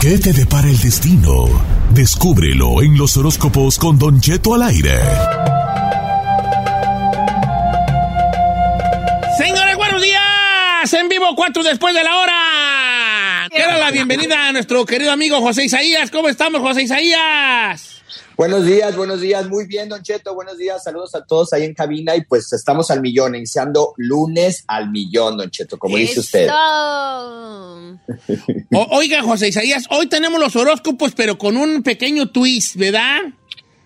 [SPEAKER 12] ¿Qué te depara el destino? Descúbrelo en los horóscopos con Don Cheto al aire.
[SPEAKER 2] Señores, buenos días. En vivo, cuatro después de la hora. Quiero la bienvenida a nuestro querido amigo José Isaías. ¿Cómo estamos, José Isaías?
[SPEAKER 13] Buenos días, buenos días. Muy bien, Don Cheto. Buenos días. Saludos a todos ahí en cabina. Y pues estamos al millón, iniciando lunes al millón, Don Cheto, como dice usted.
[SPEAKER 3] Eso.
[SPEAKER 2] O- oiga, José Isaías, hoy tenemos los horóscopos, pero con un pequeño twist, ¿verdad?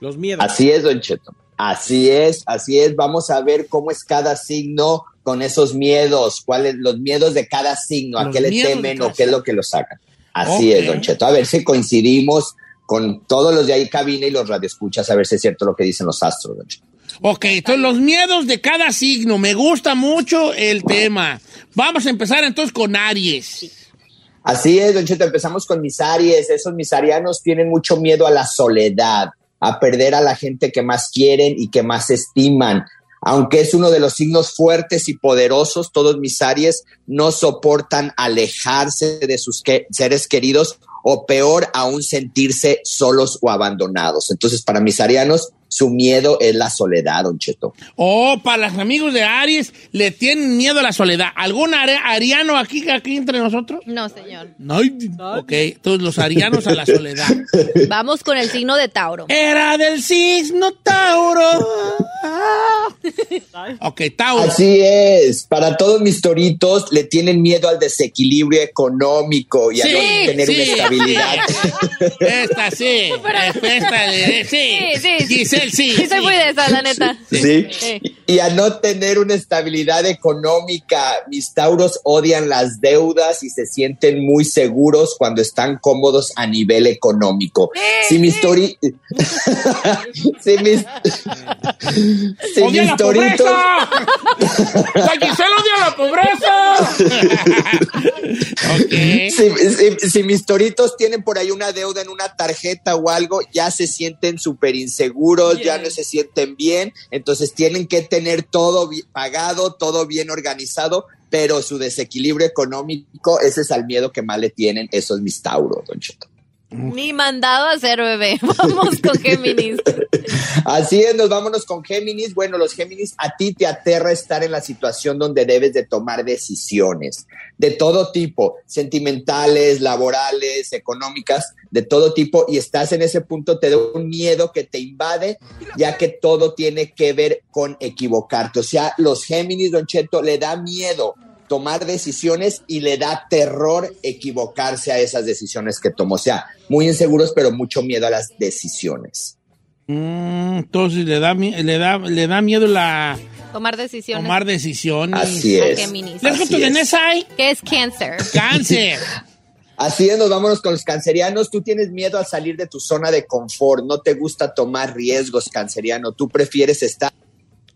[SPEAKER 4] Los miedos.
[SPEAKER 13] Así es, Don Cheto. Así es, así es. Vamos a ver cómo es cada signo con esos miedos, cuáles los miedos de cada signo, a
[SPEAKER 14] Los
[SPEAKER 13] qué le
[SPEAKER 14] miedos de
[SPEAKER 13] temen
[SPEAKER 14] cada
[SPEAKER 13] o qué es lo que lo sacan. Así
[SPEAKER 14] Ok.
[SPEAKER 13] es, Don Cheto. A ver si coincidimos con todos los de ahí cabina y los radioescuchas, a ver si es cierto lo que dicen los astros, Don Cheto.
[SPEAKER 2] Ok, entonces los miedos de cada signo. Me gusta mucho el tema. Vamos a empezar entonces con Aries.
[SPEAKER 13] Así es, Don Cheto, empezamos con mis Aries. Esos misarianos tienen mucho miedo a la soledad, a perder a la gente que más quieren y que más estiman. Aunque es uno de los signos fuertes y poderosos, todos mis Aries no soportan alejarse de sus que- seres queridos o peor aún sentirse solos o abandonados. Entonces, para mis arianos, su miedo es la soledad, Don Cheto.
[SPEAKER 2] Oh, para los amigos de Aries, le tienen miedo a la soledad. ¿Algún are- ariano aquí, aquí entre nosotros?
[SPEAKER 3] No, señor.
[SPEAKER 2] No. Ok, entonces los arianos a la soledad.
[SPEAKER 3] Vamos con el signo de Tauro.
[SPEAKER 2] Era del signo Tauro. Ok, Tauro.
[SPEAKER 13] Así es. Para todos mis toritos le tienen miedo al desequilibrio económico y a no tener una estabilidad.
[SPEAKER 2] [laughs] sí. Esta sí. Esta de- sí.
[SPEAKER 3] Sí, sí.
[SPEAKER 2] Giselle sí.
[SPEAKER 3] Sí, soy muy de esa, la neta.
[SPEAKER 13] Sí.
[SPEAKER 3] Sí.
[SPEAKER 13] Y a no tener una estabilidad económica. Mis tauros odian las deudas y se sienten muy seguros cuando están cómodos a nivel económico. Si mis tori- [laughs] si mis, si
[SPEAKER 2] ¡Odia
[SPEAKER 13] mis
[SPEAKER 2] la
[SPEAKER 13] toritos.
[SPEAKER 2] pobreza! ¡La Giselle odia la pobreza!
[SPEAKER 13] [laughs] Si, si- si mis toritos tienen por ahí una deuda en una tarjeta o algo, ya se sienten súper inseguros, ya no se sienten bien, entonces tienen que tener todo bi- pagado, todo bien organizado, pero su desequilibrio económico, ese es al miedo que más le tienen esos mis tauros, don Cheto.
[SPEAKER 3] Ni mandado a hacer, bebé. [laughs] Vamos con Géminis.
[SPEAKER 13] Así es, nos vámonos con Géminis. Bueno, los Géminis, a ti te aterra estar en la situación donde debes de tomar decisiones de todo tipo, sentimentales, laborales, económicas, de todo tipo, y estás en ese punto, te da un miedo que te invade, ya que todo tiene que ver con equivocarte. O sea, los Géminis, Don Cheto, le da miedo tomar decisiones y le da terror equivocarse a esas decisiones que tomó. O sea, muy inseguros, pero mucho miedo a las decisiones.
[SPEAKER 2] Mm, entonces le da, mi- le da, le da miedo la
[SPEAKER 3] Tomar decisiones.
[SPEAKER 2] tomar decisiones.
[SPEAKER 13] Así es.
[SPEAKER 3] Géminis.
[SPEAKER 2] Les cuento de Nessa hay
[SPEAKER 3] ¿Qué es cáncer?
[SPEAKER 2] cáncer.
[SPEAKER 13] Así es, nos vámonos con los cancerianos. Tú tienes miedo al salir de tu zona de confort, no te gusta tomar riesgos, canceriano. Tú prefieres estar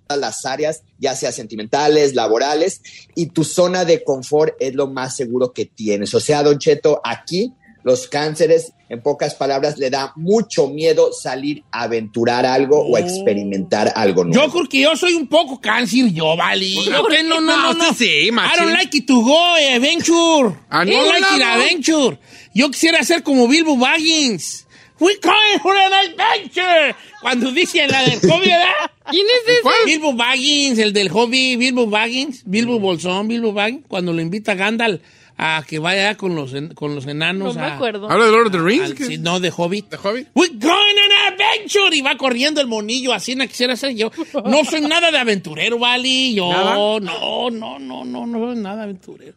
[SPEAKER 13] en las áreas, ya sea sentimentales, laborales, y tu zona de confort es lo más seguro que tienes. O sea, Don Cheto, aquí los cánceres, en pocas palabras, le da mucho miedo salir a aventurar algo
[SPEAKER 2] Oh.
[SPEAKER 13] o experimentar algo nuevo.
[SPEAKER 2] Yo creo que yo soy un poco cáncer, yo, vale. No, que no, no, no, no.
[SPEAKER 5] sí, machín.
[SPEAKER 2] I don't like it to go eh, adventure.
[SPEAKER 5] Ah,
[SPEAKER 2] I
[SPEAKER 5] no,
[SPEAKER 2] don't like
[SPEAKER 5] no,
[SPEAKER 2] it
[SPEAKER 5] no.
[SPEAKER 2] adventure. Yo quisiera ser como Bilbo Baggins. We going for an adventure. Cuando dice la del hobby, ¿verdad?
[SPEAKER 5] [laughs]
[SPEAKER 3] ¿Quién es ese?
[SPEAKER 2] Bilbo Baggins, el del hobby, Bilbo Baggins, Bilbo Bolsón, Bilbo Baggins, cuando lo invita a Gandalf a que vaya con los, en- con los enanos.
[SPEAKER 3] No me
[SPEAKER 2] a-
[SPEAKER 3] acuerdo.
[SPEAKER 5] ¿Habla de Lord of the
[SPEAKER 2] al-
[SPEAKER 5] Rings?
[SPEAKER 2] sí, no, de Hobbit.
[SPEAKER 5] ¿De Hobbit?
[SPEAKER 2] We're going on an adventure. Y va corriendo el monillo, así no quisiera ser yo. No soy nada de aventurero, Vali. Yo,
[SPEAKER 5] ¿Nada?
[SPEAKER 2] no, no, no, no, no soy nada aventurero.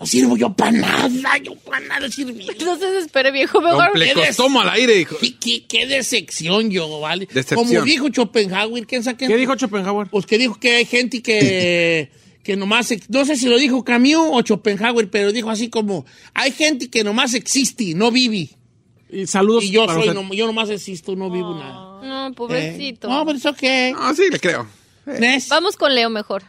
[SPEAKER 2] No sirvo yo para nada, yo para nada sirvo.
[SPEAKER 3] No se desespere, viejo. Mejor.
[SPEAKER 5] Complecostomo al aire, hijo.
[SPEAKER 2] ¿Qué, qué, qué decepción yo, ¿vale?
[SPEAKER 5] Decepción.
[SPEAKER 2] Como dijo Schopenhauer, ¿quién sabe
[SPEAKER 4] ¿Qué dijo Schopenhauer?
[SPEAKER 2] Pues que dijo que hay gente que, que nomás, ex- no sé si lo dijo Camus o Schopenhauer, pero dijo así como, hay gente que nomás existe, no vive.
[SPEAKER 4] Y saludos.
[SPEAKER 2] Y yo
[SPEAKER 4] para
[SPEAKER 2] soy,
[SPEAKER 4] usted.
[SPEAKER 2] nom- yo nomás existo, no vivo nada.
[SPEAKER 3] No, pobrecito.
[SPEAKER 2] Eh, No, pues pero es ok.
[SPEAKER 5] Ah, sí, le creo.
[SPEAKER 2] Nes.
[SPEAKER 3] Vamos con Leo mejor.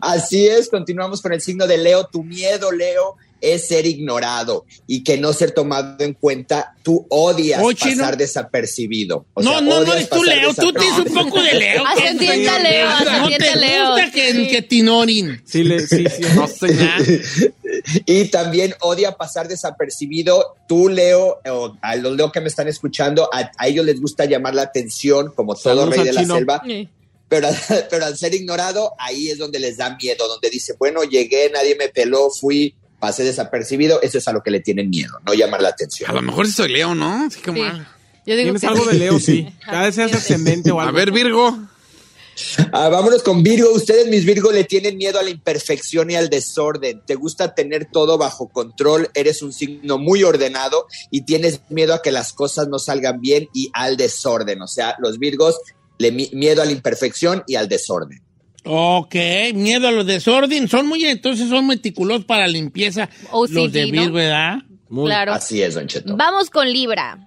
[SPEAKER 13] Así es, continuamos con el signo de Leo. Tu miedo, Leo, es ser ignorado y que no ser tomado en cuenta. Tú odias
[SPEAKER 2] Oye,
[SPEAKER 13] pasar
[SPEAKER 2] no.
[SPEAKER 13] desapercibido. O
[SPEAKER 2] Oh, No,
[SPEAKER 13] sea,
[SPEAKER 2] no, no
[SPEAKER 13] odias
[SPEAKER 2] eres tú,
[SPEAKER 13] pasar
[SPEAKER 2] Leo. Tú tienes un
[SPEAKER 13] desapercibido.
[SPEAKER 2] poco de Leo.
[SPEAKER 3] Ah, se sienta Leo, se
[SPEAKER 2] No te
[SPEAKER 3] sienta Leo.
[SPEAKER 2] gusta que,
[SPEAKER 3] Sí.
[SPEAKER 2] que tinorin.
[SPEAKER 4] Sí, le, sí, sí.
[SPEAKER 5] No sé.
[SPEAKER 13] Y también odia pasar desapercibido. Tú, Leo, o a los Leo que me están escuchando, a, a ellos les gusta llamar la atención, como todo
[SPEAKER 4] Saludos
[SPEAKER 13] rey
[SPEAKER 4] al
[SPEAKER 13] de la
[SPEAKER 4] chino.
[SPEAKER 13] selva.
[SPEAKER 3] Sí.
[SPEAKER 13] Pero, pero al ser ignorado, ahí es donde les da miedo, donde dice, bueno, llegué, nadie me peló, fui, pasé desapercibido. Eso es a lo que le tienen miedo, no llamar la atención.
[SPEAKER 5] A lo mejor sí soy Leo, ¿no? Así como,
[SPEAKER 3] Sí.
[SPEAKER 5] ah.
[SPEAKER 3] Yo
[SPEAKER 4] [laughs]
[SPEAKER 3] digo
[SPEAKER 4] Tienes
[SPEAKER 3] que
[SPEAKER 4] algo
[SPEAKER 3] sí.
[SPEAKER 4] de Leo, sí. Cada vez seas ascendente o algo.
[SPEAKER 5] A ver, Virgo.
[SPEAKER 13] Ah, vámonos con Virgo. Ustedes, mis Virgo, le tienen miedo a la imperfección y al desorden. Te gusta tener todo bajo control. Eres un signo muy ordenado y tienes miedo a que las cosas no salgan bien y al desorden. O sea, los Virgos le mi- miedo a la imperfección y al desorden.
[SPEAKER 2] Ok, miedo a los desorden. Son muy, entonces son meticulosos para limpieza.
[SPEAKER 3] OCD,
[SPEAKER 2] los de
[SPEAKER 3] ¿no?
[SPEAKER 2] Virgo, ¿verdad?
[SPEAKER 3] Claro.
[SPEAKER 13] Así es, Don Cheto.
[SPEAKER 3] Vamos con Libra.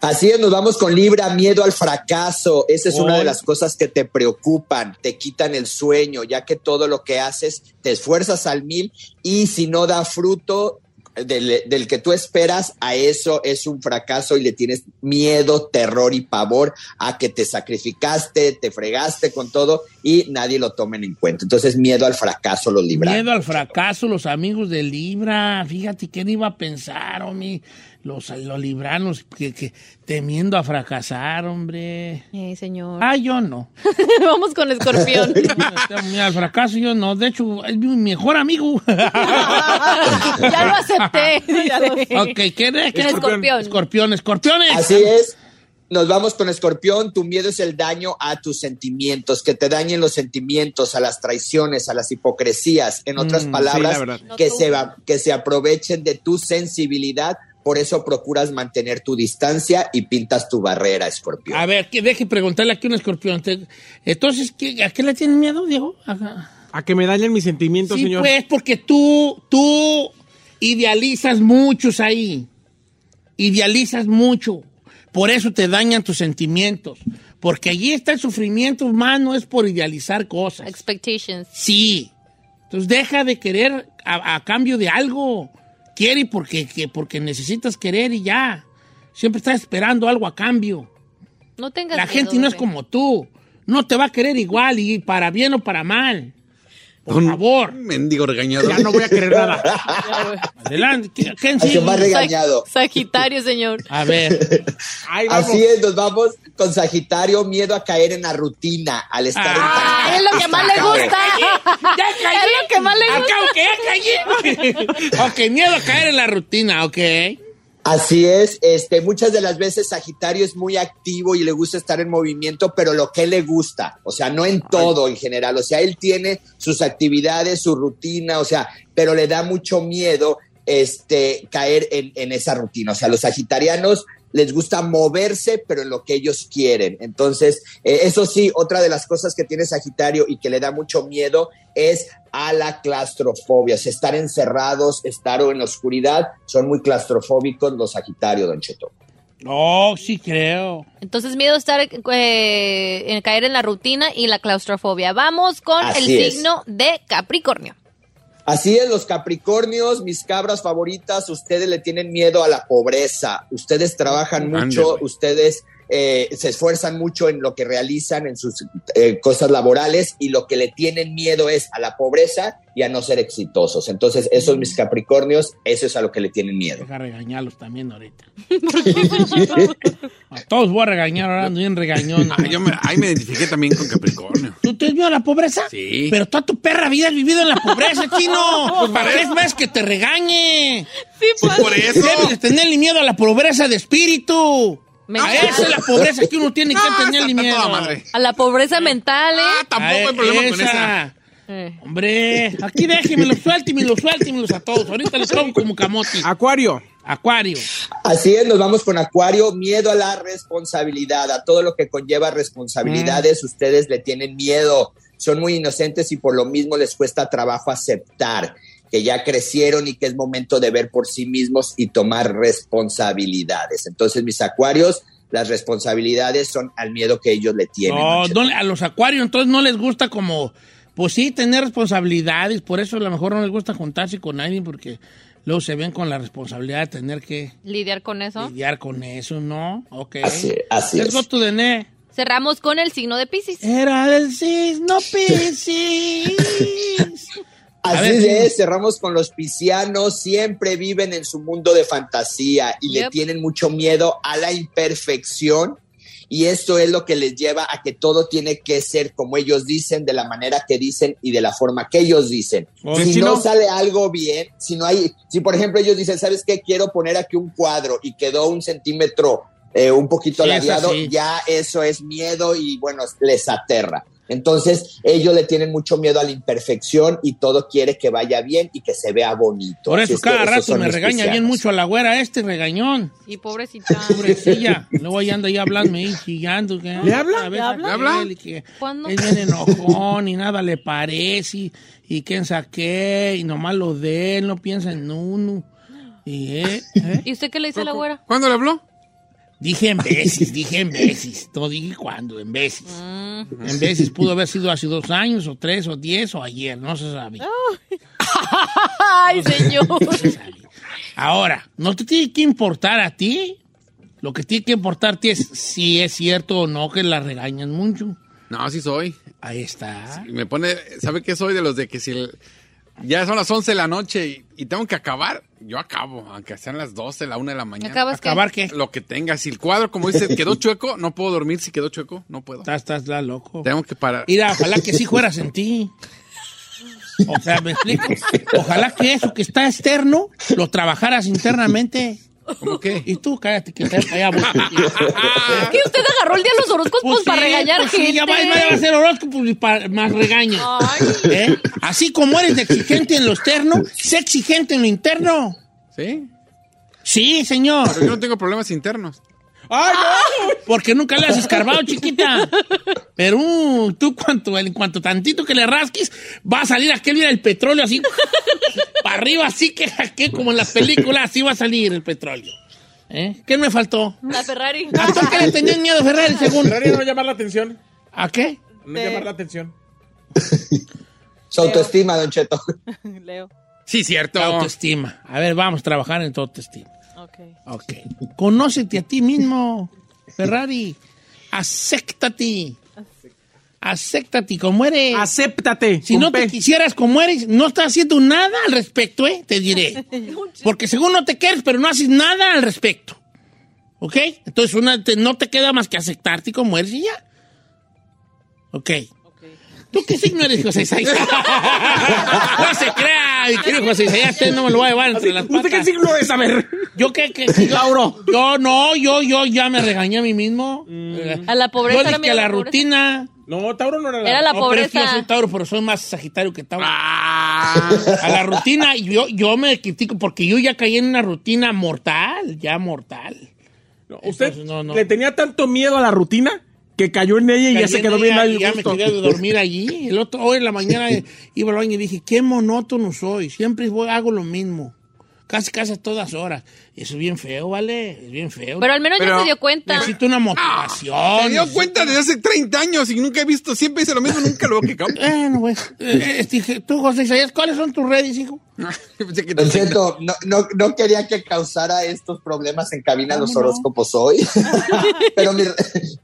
[SPEAKER 13] Así es, nos vamos con Libra, miedo al fracaso. Esa es una
[SPEAKER 2] Ay.
[SPEAKER 13] de las cosas que te preocupan, te quitan el sueño, ya que todo lo que haces te esfuerzas al mil y si no da fruto del, del que tú esperas, a eso es un fracaso y le tienes miedo, terror y pavor a que te sacrificaste, te fregaste con todo y nadie lo tomen en cuenta. Entonces, miedo al fracaso los Libra.
[SPEAKER 2] Miedo al fracaso, los amigos de Libra. Fíjate, ¿quién iba a pensar, homie? Los, los libranos que, que temiendo a fracasar, hombre.
[SPEAKER 3] Eh, señor.
[SPEAKER 2] Ah, yo no.
[SPEAKER 3] [laughs] Vamos
[SPEAKER 13] [laughs]
[SPEAKER 3] con Escorpión.
[SPEAKER 2] Mira, al fracaso yo no. De hecho, es mi mejor amigo. [laughs]
[SPEAKER 3] ya lo [laughs] acepté. dice.
[SPEAKER 2] ok, ¿quién es?
[SPEAKER 3] ¿Quién es Escorpión?
[SPEAKER 2] Escorpión, escorpiones.
[SPEAKER 13] Así es. Nos vamos con escorpión. Tu miedo es el daño a tus sentimientos, que te dañen los sentimientos, a las traiciones, a las hipocresías. En otras
[SPEAKER 4] Mm, sí,
[SPEAKER 13] palabras,
[SPEAKER 4] la verdad.
[SPEAKER 13] que, se va- que se aprovechen de tu sensibilidad. Por eso procuras mantener tu distancia y pintas tu barrera, escorpión.
[SPEAKER 2] A ver, que deje preguntarle aquí a un escorpión. Te- Entonces, ¿qué- ¿a qué le tienen miedo, Diego? Ajá.
[SPEAKER 4] A que me dañen mis sentimientos,
[SPEAKER 2] sí,
[SPEAKER 4] señor.
[SPEAKER 2] pues, porque tú, tú idealizas muchos ahí. Idealizas mucho. Por eso te dañan tus sentimientos. Porque allí está el sufrimiento humano, es por idealizar cosas.
[SPEAKER 3] Expectations.
[SPEAKER 2] Sí. Entonces deja de querer a, a cambio de algo. Quiere porque, que- porque necesitas querer y ya. Siempre estás esperando algo a cambio.
[SPEAKER 3] No tengas
[SPEAKER 2] La
[SPEAKER 3] miedo,
[SPEAKER 2] gente no es
[SPEAKER 3] bebé.
[SPEAKER 2] como tú. No te va a querer igual y para bien o para mal. Por favor.
[SPEAKER 5] Mendigo regañado.
[SPEAKER 2] Ya no voy a querer nada. Adelante. ¿Qué, qué
[SPEAKER 13] Así más
[SPEAKER 2] sigue?
[SPEAKER 13] regañado.
[SPEAKER 3] Sagitario,
[SPEAKER 13] [laughs]
[SPEAKER 3] señor.
[SPEAKER 2] A ver.
[SPEAKER 13] Así es, nos vamos con Sagitario, miedo a caer en la rutina al estar
[SPEAKER 3] Ah, es lo que más le gusta. [laughs]
[SPEAKER 2] Ya caí.
[SPEAKER 3] Es lo que más le
[SPEAKER 2] Acabo que ya caí. [laughs] ok, miedo a caer en la rutina, ok.
[SPEAKER 13] Así es, este, muchas de las veces Sagitario es muy activo y le gusta estar en movimiento, pero lo que le gusta, o sea, no en todo en general, o sea, él tiene sus actividades, su rutina, o sea, pero le da mucho miedo este, caer en, en esa rutina, o sea, los sagitarianos les gusta moverse, pero en lo que ellos quieren. Entonces, eh, eso sí, otra de las cosas que tiene Sagitario y que le da mucho miedo es a la claustrofobia, o sea, estar encerrados, estar en la oscuridad, son muy claustrofóbicos los Sagitarios, Don Cheto.
[SPEAKER 2] No, sí creo.
[SPEAKER 3] Entonces, miedo a estar eh, en caer en la rutina y la claustrofobia. Vamos con
[SPEAKER 13] Así
[SPEAKER 3] el
[SPEAKER 13] es.
[SPEAKER 3] signo de Capricornio.
[SPEAKER 13] Así es, los Capricornios, mis cabras favoritas, ustedes le tienen miedo a la pobreza, ustedes trabajan
[SPEAKER 5] Ande,
[SPEAKER 13] mucho,
[SPEAKER 5] güey.
[SPEAKER 13] ustedes eh, se esfuerzan mucho en lo que realizan, en sus eh, cosas laborales y lo que le tienen miedo es a la pobreza y a no ser exitosos. Entonces, esos mis Capricornios, eso es a lo que le tienen miedo.
[SPEAKER 2] Deja regañarlos también ahorita. a todos voy a regañar ahora, ando bien regañón.
[SPEAKER 5] Ah, yo me, ahí me identifiqué también con Capricornio.
[SPEAKER 2] ¿Tú te has vivido la pobreza?
[SPEAKER 5] Sí.
[SPEAKER 2] Pero toda tu perra vida has vivido en la pobreza,
[SPEAKER 5] [laughs]
[SPEAKER 2] chino.
[SPEAKER 5] Pues para
[SPEAKER 2] Tres
[SPEAKER 5] eso.
[SPEAKER 2] más que te regañe.
[SPEAKER 3] Sí,
[SPEAKER 5] pues. por eso.
[SPEAKER 2] Debes de tenerle miedo a la pobreza de espíritu. A
[SPEAKER 3] Mental.
[SPEAKER 2] esa es la pobreza que uno tiene
[SPEAKER 5] Ah,
[SPEAKER 2] que tenerle miedo.
[SPEAKER 3] A la pobreza mental, ¿eh?
[SPEAKER 5] Ah,
[SPEAKER 2] A
[SPEAKER 3] Eh.
[SPEAKER 2] Hombre, aquí déjenmelo, suéltemelo, suéltemelos a todos. Ahorita les pongo como camotes. Acuario. Acuario.
[SPEAKER 13] Así es, nos vamos con Acuario, miedo a la responsabilidad, a todo lo que conlleva responsabilidades, ustedes le tienen miedo, son muy inocentes y por lo mismo les cuesta trabajo aceptar que ya crecieron y que es momento de ver por sí mismos y tomar responsabilidades. Entonces, mis Acuarios, las responsabilidades son al miedo que ellos le tienen.
[SPEAKER 2] No, no le- a los acuarios entonces no les gusta como, pues sí, tener responsabilidades, por eso a lo mejor no les gusta juntarse con alguien porque luego se ven con la responsabilidad de tener que
[SPEAKER 3] Lidiar con eso.
[SPEAKER 2] lidiar con eso, ¿no? Ok.
[SPEAKER 13] Así- así
[SPEAKER 2] Let's
[SPEAKER 13] es.
[SPEAKER 2] go to the next.
[SPEAKER 3] Cerramos con el signo de Pisces.
[SPEAKER 2] E. Era el
[SPEAKER 13] [laughs]
[SPEAKER 2] cisno Piscis. A
[SPEAKER 13] Así
[SPEAKER 2] ver,
[SPEAKER 13] es,
[SPEAKER 2] dime.
[SPEAKER 13] cerramos con los piscianos, siempre viven en su mundo de fantasía y le
[SPEAKER 3] Yep.
[SPEAKER 13] tienen mucho miedo a la imperfección y esto es lo que les lleva a que todo tiene que ser como ellos dicen, de la manera que dicen y de la forma que ellos dicen.
[SPEAKER 5] Oye,
[SPEAKER 13] si
[SPEAKER 5] chino.
[SPEAKER 13] no sale algo bien, si no hay, si por ejemplo ellos dicen, ¿sabes qué? Quiero poner aquí un cuadro y quedó un centímetro eh, un poquito
[SPEAKER 2] Sí, es
[SPEAKER 13] ladeado,
[SPEAKER 2] así.
[SPEAKER 13] ya eso es miedo y bueno, les aterra. Entonces, ellos le tienen mucho miedo a la imperfección y todo quiere que vaya bien y que se vea bonito.
[SPEAKER 2] Por
[SPEAKER 13] Así
[SPEAKER 2] eso
[SPEAKER 13] es que
[SPEAKER 2] cada
[SPEAKER 13] esos
[SPEAKER 2] rato
[SPEAKER 13] son
[SPEAKER 2] me
[SPEAKER 13] mis
[SPEAKER 2] regaña bien
[SPEAKER 13] cristianos.
[SPEAKER 2] mucho a la güera este regañón.
[SPEAKER 3] Y pobrecita.
[SPEAKER 2] Pobrecilla. Luego ahí anda ahí hablándome ahí chillando. que,
[SPEAKER 4] ¿Le habla?
[SPEAKER 2] a ver,
[SPEAKER 4] ¿Le habla?
[SPEAKER 2] a
[SPEAKER 4] ¿Le habla?
[SPEAKER 2] él, que
[SPEAKER 3] ¿Cuándo?
[SPEAKER 2] Es bien enojón y nada le parece. Y, y quién saqué. Y nomás lo de él, no piensa en uno. Y, eh, eh.
[SPEAKER 3] ¿Y usted qué le dice a la güera?
[SPEAKER 5] ¿Cuándo le habló?
[SPEAKER 2] Dije en veces, dije en veces. No dije cuándo, en veces.
[SPEAKER 4] Mm.
[SPEAKER 2] En veces pudo haber sido hace dos años, o tres, o diez, o ayer, no se sabe.
[SPEAKER 3] [laughs] Ay, señor.
[SPEAKER 2] Ahora, no te tiene que importar a ti. Lo que tiene que importarte es si es cierto o no que la regañan mucho.
[SPEAKER 5] No, sí soy.
[SPEAKER 2] Ahí está.
[SPEAKER 5] Y me pone, ¿sabe qué soy de los de que si el- ya son las 11 de la noche y, y tengo que acabar? Yo acabo, aunque sean las 12, la 1 de la mañana.
[SPEAKER 3] [laughs] ¿Acabas qué?
[SPEAKER 2] ¿Acabar qué?
[SPEAKER 5] Lo que tenga. Si el cuadro, como dice, [laughs] quedó chueco, no puedo dormir. Si quedó chueco, no puedo.
[SPEAKER 2] Estás, estás la loco.
[SPEAKER 5] Tengo que parar.
[SPEAKER 2] Mira, ojalá que sí fueras en ti. O sea, ¿me explico? Ojalá que eso que está externo lo trabajaras internamente.
[SPEAKER 5] ¿Cómo qué?
[SPEAKER 2] Y tú, cállate, que estás allá vos. Pues
[SPEAKER 3] ¿Qué usted agarró el día de los horóscopos
[SPEAKER 2] sí,
[SPEAKER 3] para regañar
[SPEAKER 2] pues
[SPEAKER 3] gente?
[SPEAKER 2] sí, ya va, ya va a ser horóscopo y pa- más regaño.
[SPEAKER 3] Ay.
[SPEAKER 2] ¿Eh? Así como eres de exigente en lo externo, sé exigente en lo interno.
[SPEAKER 5] ¿Sí?
[SPEAKER 2] Sí, señor.
[SPEAKER 5] Pero yo no tengo problemas internos.
[SPEAKER 4] ¡Ay, no!
[SPEAKER 2] Porque nunca le has escarbado, chiquita. Pero uh, tú, cuanto, en cuanto tantito que le rasques, va a salir aquel día el petróleo así. para arriba, así que, que como en las películas, así va a salir el petróleo. ¿Eh? ¿Qué me faltó?
[SPEAKER 3] La Ferrari.
[SPEAKER 2] ¿A tú que le tenían miedo a Ferrari, según?
[SPEAKER 4] Ferrari no llamar la atención.
[SPEAKER 2] ¿A qué?
[SPEAKER 4] No llamar la atención.
[SPEAKER 13] Su autoestima, Don
[SPEAKER 2] [laughs]
[SPEAKER 13] Cheto.
[SPEAKER 3] Leo.
[SPEAKER 5] Sí, cierto.
[SPEAKER 2] La autoestima. A ver, vamos a trabajar en tu autoestima.
[SPEAKER 3] Ok.
[SPEAKER 2] Ok. Conócete a ti mismo, Ferrari. Acéptate. Acéptate como eres.
[SPEAKER 4] Acéptate.
[SPEAKER 2] Si no te quisieras como eres, no estás haciendo nada al respecto, ¿eh? Te
[SPEAKER 3] [laughs]
[SPEAKER 2] diré. Porque según no te quieres, pero no haces nada al respecto. ¿Ok? Entonces una te- no te queda más que aceptarte como eres y ya. ¿Ok? ¿Tú qué signo eres, José [laughs] Isaías? no se crea, mi querido José Isaías, usted no me lo va a llevar entre las patas. ¿Usted qué signo es? A [laughs] ver. ¿Yo qué? qué yo- Yo no, yo, yo ya me regañé a mí mismo.
[SPEAKER 3] A la pobreza
[SPEAKER 2] Yo
[SPEAKER 3] era
[SPEAKER 2] dije a la
[SPEAKER 3] mejor.
[SPEAKER 2] rutina. No, Tauro no
[SPEAKER 3] la- Era la
[SPEAKER 2] pero es que
[SPEAKER 3] pobreza.
[SPEAKER 2] yo soy Tauro, pero soy más Sagitario que Tauro.
[SPEAKER 3] Ah.
[SPEAKER 2] A la rutina, yo, yo me critico porque yo ya caí en una rutina mortal, ya mortal.
[SPEAKER 4] ¿Usted le tenía tanto miedo a la rutina que cayó en ella y ya
[SPEAKER 2] Caí
[SPEAKER 4] se
[SPEAKER 2] en
[SPEAKER 4] quedó
[SPEAKER 2] ella
[SPEAKER 4] bien
[SPEAKER 2] y
[SPEAKER 4] al
[SPEAKER 2] Ya me
[SPEAKER 4] gusto?
[SPEAKER 2] quedé de
[SPEAKER 4] [laughs]
[SPEAKER 2] dormir allí. El otro, hoy en la mañana eh, iba al baño y dije, qué monótono soy. Siempre voy, hago lo mismo. Casi, casi a todas horas. Eso es bien feo, ¿vale? Es bien feo.
[SPEAKER 3] Pero al menos ya se dio cuenta.
[SPEAKER 2] Necesito una motivación.
[SPEAKER 5] Se dio cuenta desde hace 30 años y nunca he visto, siempre hice lo mismo, nunca lo he [laughs] quitado.
[SPEAKER 2] Bueno, pues. eh, eh, dije, tú, José Isaías, ¿cuáles son tus redes, hijo?
[SPEAKER 13] Don Cheto, no, no, no quería que causara estos problemas en cabina los horóscopos hoy, [laughs] pero, mi-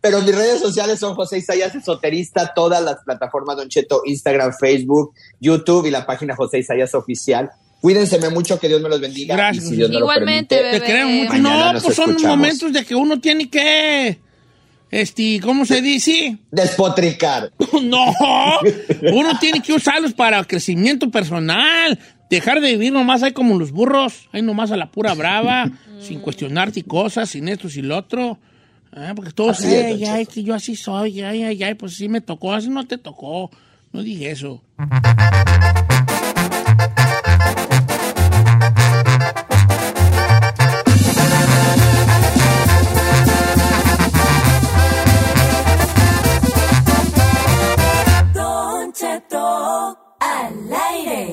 [SPEAKER 13] pero mis redes sociales son José Isayas Esoterista, todas las plataformas Don Cheto, Instagram, Facebook, YouTube y la página José Isayas Oficial. Cuídense mucho, que Dios me los bendiga. Gracias.
[SPEAKER 3] Igualmente, bebé.
[SPEAKER 2] Te queremos mucho.
[SPEAKER 13] Mañana
[SPEAKER 2] No,
[SPEAKER 13] nos
[SPEAKER 2] pues son
[SPEAKER 13] escuchamos.
[SPEAKER 2] momentos de que uno tiene que. Este, ¿cómo se dice?
[SPEAKER 13] Despotricar.
[SPEAKER 2] [laughs] No, uno tiene que usarlos para crecimiento personal. Dejar de vivir nomás ahí como los burros, ahí nomás a la pura [laughs] brava, sin cuestionarte cosas, sin esto, sin lo otro. Ah, porque todos,
[SPEAKER 4] Así es,
[SPEAKER 2] ay,
[SPEAKER 4] don
[SPEAKER 2] [laughs] ay, es que yo así soy, ay, ay, ay, pues sí me tocó, así no te tocó. No dije eso.
[SPEAKER 9] Don Cheto al aire.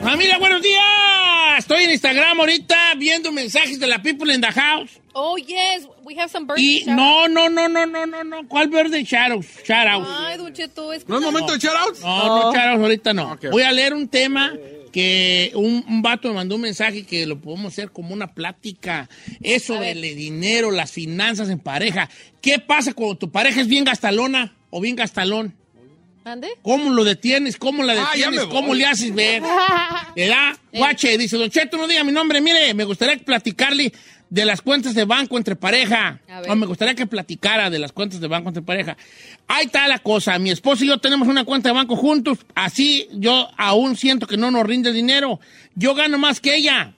[SPEAKER 2] Familia, buenos días. Estoy en Instagram ahorita viendo mensajes de la people in the house.
[SPEAKER 3] Oh, yes, we have some birthday
[SPEAKER 2] Y
[SPEAKER 3] shout-outs.
[SPEAKER 2] no, no, no, no, no, no, no. ¿Cuál verde shoutouts? Shoutouts.
[SPEAKER 3] Ay, Don Cheto, es que-
[SPEAKER 2] shoutouts? No, no, shoutouts ahorita
[SPEAKER 3] Ah,
[SPEAKER 2] no. Voy a leer un tema que un, un vato me mandó un mensaje que lo podemos hacer como una plática. Eso del dinero, las finanzas en pareja. ¿Qué pasa cuando tu pareja es bien gastalona o bien gastalón?
[SPEAKER 3] ¿Mande?
[SPEAKER 2] ¿Cómo lo detienes? ¿Cómo la
[SPEAKER 3] Ah, ya
[SPEAKER 2] detienes?
[SPEAKER 3] me voy.
[SPEAKER 2] ¿Cómo le haces ver? Le
[SPEAKER 3] [laughs]
[SPEAKER 2] da guache, dice, Don Cheto, no diga mi nombre, mire, me gustaría platicarle de las cuentas de banco entre pareja.
[SPEAKER 3] A ver.
[SPEAKER 2] O me gustaría que platicara de las cuentas de banco entre pareja. Ahí está la cosa, mi esposo y yo tenemos una cuenta de banco juntos, así yo aún siento que no nos rinde dinero. Yo gano más que ella,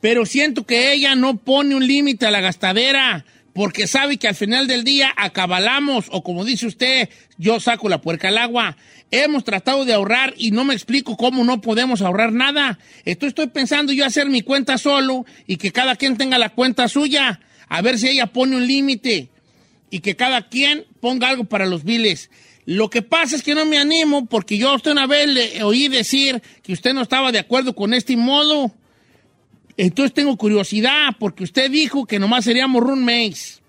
[SPEAKER 2] pero siento que ella no pone un límite a la gastadera. Porque sabe que al final del día acabalamos, o como dice usted, yo saco la puerca al agua. Hemos tratado de ahorrar y no me explico cómo no podemos ahorrar nada. Esto estoy pensando yo hacer mi cuenta solo y que cada quien tenga la cuenta suya. A ver si ella pone un límite y que cada quien ponga algo para los biles. Lo que pasa es que no me animo porque yo a usted una vez le oí decir que usted no estaba de acuerdo con este modo. Entonces tengo curiosidad porque usted dijo que nomás seríamos roommates.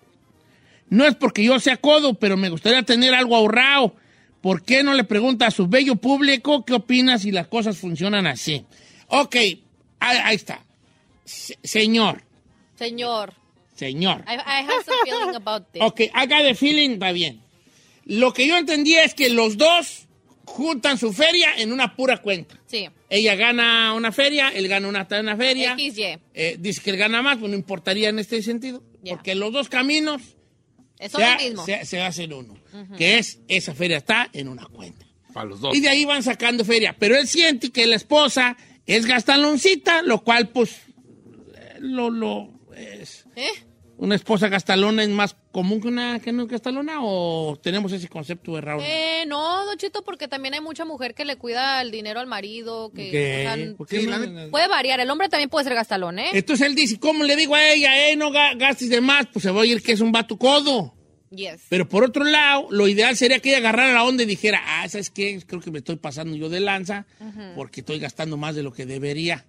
[SPEAKER 2] No es porque yo sea codo, pero me gustaría tener algo ahorrado. ¿Por qué no le pregunta a su bello público qué opina si las cosas funcionan así? Ok, ahí, ahí está. Se- señor,
[SPEAKER 3] Señor,
[SPEAKER 2] señor.
[SPEAKER 3] I, I have some feeling about this.
[SPEAKER 2] Ok, haga de feeling, va bien. Lo que yo entendí es que los dos juntan su feria en una pura cuenta.
[SPEAKER 3] Sí.
[SPEAKER 2] Ella gana una feria, él gana una, una feria.
[SPEAKER 3] XY.
[SPEAKER 2] Eh, dice que él gana más, pues no importaría en este sentido. Porque los dos caminos
[SPEAKER 3] Eso
[SPEAKER 2] se
[SPEAKER 3] es
[SPEAKER 2] ha-
[SPEAKER 3] lo mismo.
[SPEAKER 2] se- se hacen uno.
[SPEAKER 3] Ujú.
[SPEAKER 2] Que es, esa feria está en una cuenta.
[SPEAKER 5] Para los dos.
[SPEAKER 2] Y de ahí van sacando feria. Pero él siente que la esposa es gastaloncita, lo cual, pues, eh, lo, lo, es.
[SPEAKER 3] ¿Eh?
[SPEAKER 2] ¿Una esposa gastalona es más común que una, que una gastalona o tenemos ese concepto errado?
[SPEAKER 3] Eh, no, Don Cheto, porque también hay mucha mujer que le cuida el dinero al marido, que
[SPEAKER 2] ¿Qué?
[SPEAKER 3] o sea,
[SPEAKER 2] ¿Por qué
[SPEAKER 3] sí,
[SPEAKER 2] no? no?
[SPEAKER 3] puede variar. El hombre también puede ser gastalón, Pues, ¿eh?
[SPEAKER 2] Entonces él dice, ¿cómo le digo a ella? Eh, no ga- gastes de más, pues se va a oír que es un vato codo.
[SPEAKER 3] Yes.
[SPEAKER 2] Pero por otro lado, lo ideal sería que ella agarrara la onda y dijera, ah, ¿sabes qué? Creo que me estoy pasando yo de lanza
[SPEAKER 3] Ujú.
[SPEAKER 2] porque estoy gastando más de lo que debería.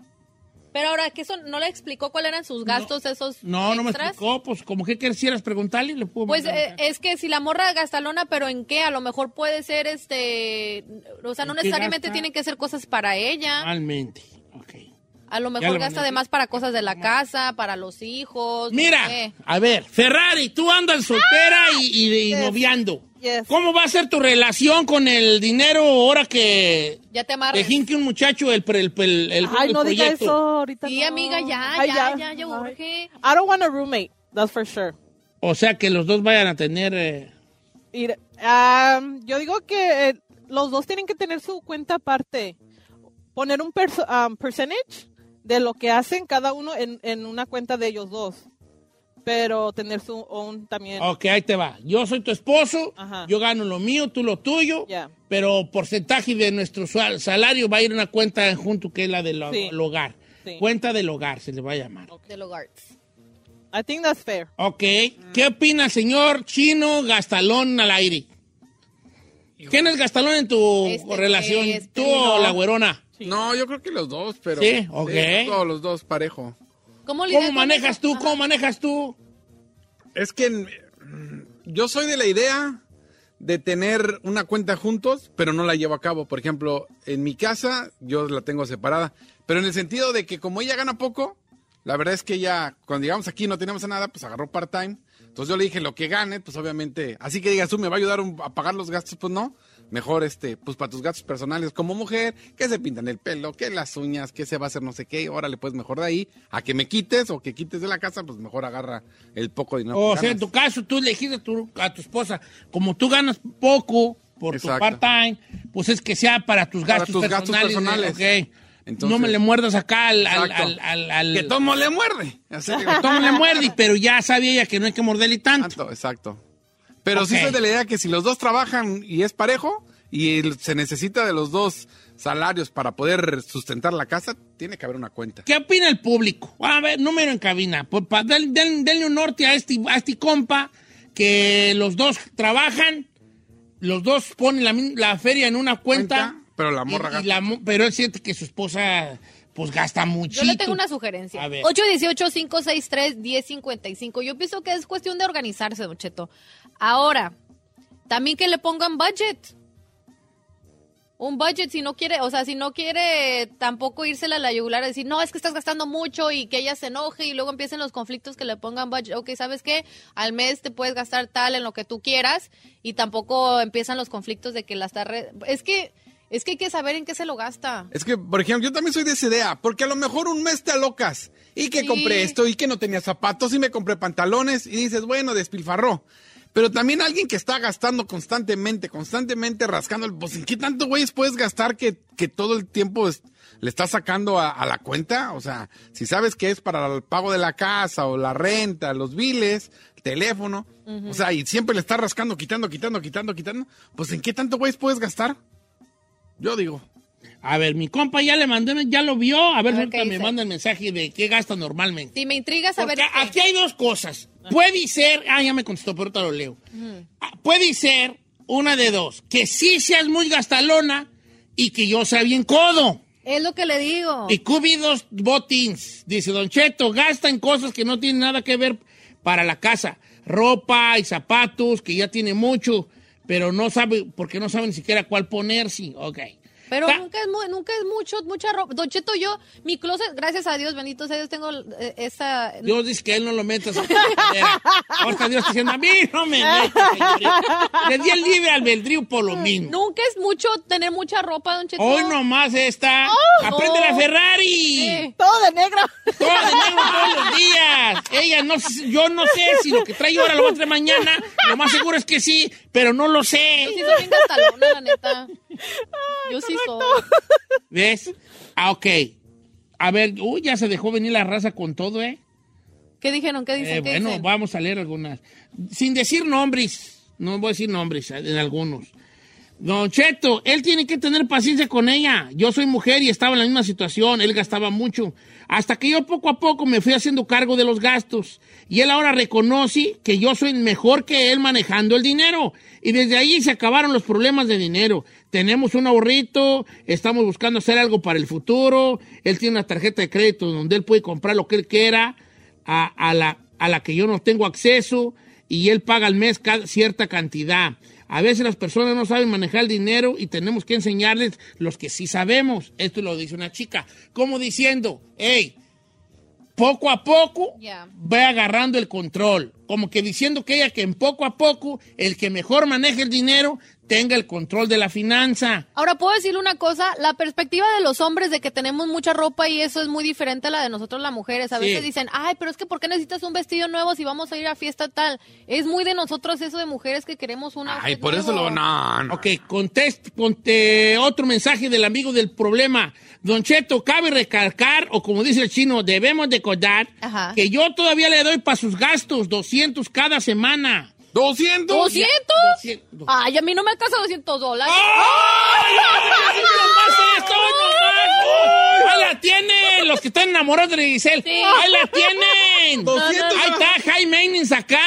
[SPEAKER 3] Pero ahora, ¿qué son? ¿No le explicó cuáles eran sus gastos esos
[SPEAKER 2] No, no me
[SPEAKER 3] extras?
[SPEAKER 2] explicó, pues como que quisieras preguntarle, le puedo
[SPEAKER 3] Pues
[SPEAKER 2] mandar.
[SPEAKER 3] eh, es que si la morra gastalona, pero ¿en qué? A lo mejor puede ser este. O sea, no
[SPEAKER 2] ¿En qué
[SPEAKER 3] necesariamente
[SPEAKER 2] gasta?
[SPEAKER 3] tienen que ser cosas para ella.
[SPEAKER 2] Realmente.
[SPEAKER 3] A lo
[SPEAKER 2] Ya
[SPEAKER 3] mejor
[SPEAKER 2] le
[SPEAKER 3] gasta
[SPEAKER 2] mandé.
[SPEAKER 3] de más para cosas de la casa, para los
[SPEAKER 15] Pues,
[SPEAKER 3] hijos. no
[SPEAKER 2] Mira,
[SPEAKER 3] sé.
[SPEAKER 2] a ver, Ferrari, tú andas soltera y, y- y noviando. ¿Cómo va a ser tu relación con el dinero ahora que
[SPEAKER 3] Ya te
[SPEAKER 2] te
[SPEAKER 3] amarras.
[SPEAKER 2] jinque un muchacho el, pre- el, el, el-
[SPEAKER 15] Ay,
[SPEAKER 2] el
[SPEAKER 15] no diga
[SPEAKER 2] proyecto?
[SPEAKER 15] eso ahorita.
[SPEAKER 3] Sí,
[SPEAKER 15] no.
[SPEAKER 3] amiga, ya,
[SPEAKER 15] Ay,
[SPEAKER 3] ya, ya, ya urge.
[SPEAKER 15] I don't want a roommate, that's for sure.
[SPEAKER 2] O sea, que los dos vayan a tener... eh,
[SPEAKER 15] Ir- am, yo digo que eh, los dos tienen que tener su cuenta aparte. Poner un perso- am, percentage de lo que hacen cada uno en, en una cuenta de ellos dos. Pero tener su own también.
[SPEAKER 2] Ok, ahí te va. Yo soy tu esposo, yo gano lo mío, tú lo tuyo, pero porcentaje de nuestro sal- salario va a ir a una cuenta junto que es la del ho-
[SPEAKER 15] Sí.
[SPEAKER 2] el hogar.
[SPEAKER 15] Sí.
[SPEAKER 2] Cuenta del hogar se le va a llamar.
[SPEAKER 3] Del hogar.
[SPEAKER 15] I think that's fair.
[SPEAKER 2] Ok, ¿qué opina el señor chino Gastalón al aire? ¿Quién es Gastalón en tu relación?
[SPEAKER 5] es
[SPEAKER 2] ¿Tú
[SPEAKER 5] Pino.
[SPEAKER 2] o la güerona?
[SPEAKER 5] No, yo creo que los dos, pero.
[SPEAKER 2] Sí, ok.
[SPEAKER 5] todos los dos parejo.
[SPEAKER 3] ¿Cómo,
[SPEAKER 2] lidias con manejas eso? tú? ¿Cómo manejas tú?
[SPEAKER 5] Es que mm, yo soy de la idea de tener una cuenta juntos, pero no la llevo a cabo. Por ejemplo, en mi casa yo la tengo separada, pero en el sentido de que como ella gana poco, la verdad es que ella cuando llegamos aquí no teníamos nada, pues agarró part-time. Entonces yo le dije, lo que gane, pues obviamente, así que digas tú, ¿me va a ayudar un- a pagar los gastos? Pues no, mejor este, pues para tus gastos personales como mujer, que se pintan el pelo, que las uñas, que se va a hacer no sé qué, órale, pues mejor de ahí, a que me quites o que quites de la casa, pues mejor agarra el poco dinero. que
[SPEAKER 2] o sea,
[SPEAKER 5] ganas.
[SPEAKER 2] en tu caso, tú elegiste a tu, a tu esposa. Como tú ganas poco por
[SPEAKER 5] Exacto.
[SPEAKER 2] tu part-time, pues es que sea para tus
[SPEAKER 5] Para
[SPEAKER 2] gastos
[SPEAKER 5] tus gastos
[SPEAKER 2] personales.
[SPEAKER 5] personales.
[SPEAKER 2] ¿eh? Ok.
[SPEAKER 5] Entonces-
[SPEAKER 2] no me le muerdas acá al... al,
[SPEAKER 5] Exacto.
[SPEAKER 2] al, al- al-
[SPEAKER 5] Que tomo le muerde. Así digo.
[SPEAKER 2] Que tomo le muerde, pero ya sabía ella que no hay que morderle tanto.
[SPEAKER 5] exacto. Pero sí
[SPEAKER 2] Ok.
[SPEAKER 5] soy de la idea que si los dos trabajan y es parejo y el- se necesita de los dos salarios para poder sustentar la casa, tiene que haber una cuenta.
[SPEAKER 2] ¿Qué opina el público? A ver, número en cabina. Por, pa- del- del- denle un norte a este, a este compa que los dos trabajan, los dos ponen la, min- la feria en una cuenta.
[SPEAKER 5] Pero la
[SPEAKER 2] y-
[SPEAKER 5] morra
[SPEAKER 2] y
[SPEAKER 5] gasta.
[SPEAKER 2] la mo- pero él siente que su esposa pues gasta mucho.
[SPEAKER 3] Yo le tengo una sugerencia.
[SPEAKER 2] A ver.
[SPEAKER 3] 818-563-1055. Yo pienso que es cuestión de organizarse, Don Cheto. Ahora, también que le pongan budget. Un budget, si no quiere, o sea, si no quiere tampoco írsela a la yugular, decir, no, es que estás gastando mucho y que ella se enoje y luego empiecen los conflictos que le pongan budget. Ok, ¿sabes qué? Al mes te puedes gastar tal en lo que tú quieras y tampoco empiezan los conflictos de que la está... re- Es que, es que hay que saber en qué se lo gasta.
[SPEAKER 5] Es que, por ejemplo, yo también soy de esa idea, porque a lo mejor un mes te alocas y que
[SPEAKER 3] Sí.
[SPEAKER 5] compré esto y que no tenía zapatos y me compré pantalones y dices, bueno, despilfarró. Pero también alguien que está gastando constantemente, constantemente rascando el... Pues, ¿en ¿Qué tanto, güeyes, puedes gastar que, que todo el tiempo es- le estás sacando a, a la cuenta? O sea, si sabes que es para el pago de la casa o la renta, los biles, el teléfono,
[SPEAKER 3] Ujú.
[SPEAKER 5] o sea, y siempre le estás rascando, quitando, quitando, quitando, quitando, pues ¿en qué tanto, güeyes, puedes gastar? Yo digo.
[SPEAKER 2] A ver, mi compa ya le mandó, ya lo vio. A ver,
[SPEAKER 3] ver,
[SPEAKER 2] ahorita
[SPEAKER 3] ¿qué
[SPEAKER 2] me
[SPEAKER 3] dice?
[SPEAKER 2] manda el mensaje de qué gasta normalmente.
[SPEAKER 3] Si me intriga saber...
[SPEAKER 2] Porque aquí hay dos cosas. Puede ser, ah, ya me contestó, pero ahorita lo leo.
[SPEAKER 3] Ujú.
[SPEAKER 2] Ah, Puede ser una de dos, que sí seas muy gastalona y que yo sea bien codo.
[SPEAKER 3] Es lo que le digo.
[SPEAKER 2] Y cúbidos botins. Dice Don Cheto, gasta en cosas que no tienen nada que ver para la casa. Ropa y zapatos, que ya tiene mucho, pero no sabe, porque no sabe ni siquiera cuál ponerse. Ok.
[SPEAKER 3] Pero nunca es, mu- nunca es mucho, mucha ropa. Don Cheto, yo, mi closet, gracias a Dios, bendito sea Dios, tengo eh, esa...
[SPEAKER 2] Dios dice que él no lo metas a su cadera. Ahorita Dios está diciendo, a mí no me metas, señores. Le di el libre albedrío por lo mismo.
[SPEAKER 3] Nunca es mucho tener mucha ropa, Don Cheto.
[SPEAKER 2] Hoy nomás está.
[SPEAKER 3] Oh,
[SPEAKER 2] ¡Aprende la
[SPEAKER 3] no. Eh.
[SPEAKER 2] Ferrari!
[SPEAKER 3] Sí.
[SPEAKER 15] Todo de negro.
[SPEAKER 2] Todo de negro todos los días. Ella no, s- yo no sé si lo que trae ahora lo va a traer mañana. Lo más seguro es que sí, pero no lo
[SPEAKER 3] Yo
[SPEAKER 2] sé.
[SPEAKER 3] sí soy bien gastalona, la neta. Yo sí soy.
[SPEAKER 2] ¿Ves? Ah, ok. A ver, uy, ya se dejó venir la raza con todo, ¿eh?
[SPEAKER 3] ¿Qué dijeron? ¿Qué dicen?
[SPEAKER 2] Eh,
[SPEAKER 3] ¿Qué
[SPEAKER 2] bueno,
[SPEAKER 3] dicen?
[SPEAKER 2] vamos a leer algunas. Sin decir nombres, no voy a decir nombres eh, en algunos. Don Cheto, él tiene que tener paciencia con ella. Yo soy mujer y estaba en la misma situación, él gastaba mucho. Hasta que yo poco a poco me fui haciendo cargo de los gastos. Y él ahora reconoce que yo soy mejor que él manejando el dinero. Y desde ahí se acabaron los problemas de dinero. Tenemos un ahorrito, estamos buscando hacer algo para el futuro. Él tiene una tarjeta de crédito donde él puede comprar lo que él quiera a, a la, a la que yo no tengo acceso y él paga al mes ca- cierta cantidad. A veces las personas no saben manejar el dinero y tenemos que enseñarles los que sí sabemos. Esto lo dice una chica. Como diciendo, hey, poco a poco
[SPEAKER 3] Ya.
[SPEAKER 2] ve agarrando el control. Como que diciendo que ella que en poco a poco el que mejor maneje el dinero tenga el control de la finanza.
[SPEAKER 3] Ahora, ¿puedo decirle una cosa? La perspectiva de los hombres de que tenemos mucha ropa y eso es muy diferente a la de nosotros las mujeres. A
[SPEAKER 2] Sí.
[SPEAKER 3] veces dicen, ay, pero es que ¿por qué necesitas un vestido nuevo si vamos a ir a fiesta tal? Es muy de nosotros eso de mujeres que queremos una...
[SPEAKER 5] Ay, por eso lo... No, no.
[SPEAKER 2] Ok, contest, conte otro mensaje del amigo del problema. Don Cheto, cabe recalcar, o como dice el chino, debemos recordar
[SPEAKER 3] Ajá.
[SPEAKER 2] que yo todavía le doy para sus gastos 200 cada semana.
[SPEAKER 5] ¿200?
[SPEAKER 3] ¿200?
[SPEAKER 2] Doscientos. Ah,
[SPEAKER 3] Ay, a mí no me alcanza 200 dólares.
[SPEAKER 2] ¡Ay, ay, nomás esto, nomás! ¡Ahí la tienen! Los que están enamorados de Giselle.
[SPEAKER 3] Sí.
[SPEAKER 2] ¡Ahí la tienen!
[SPEAKER 5] 200.
[SPEAKER 2] ¡Ahí está Jaime Inins acá!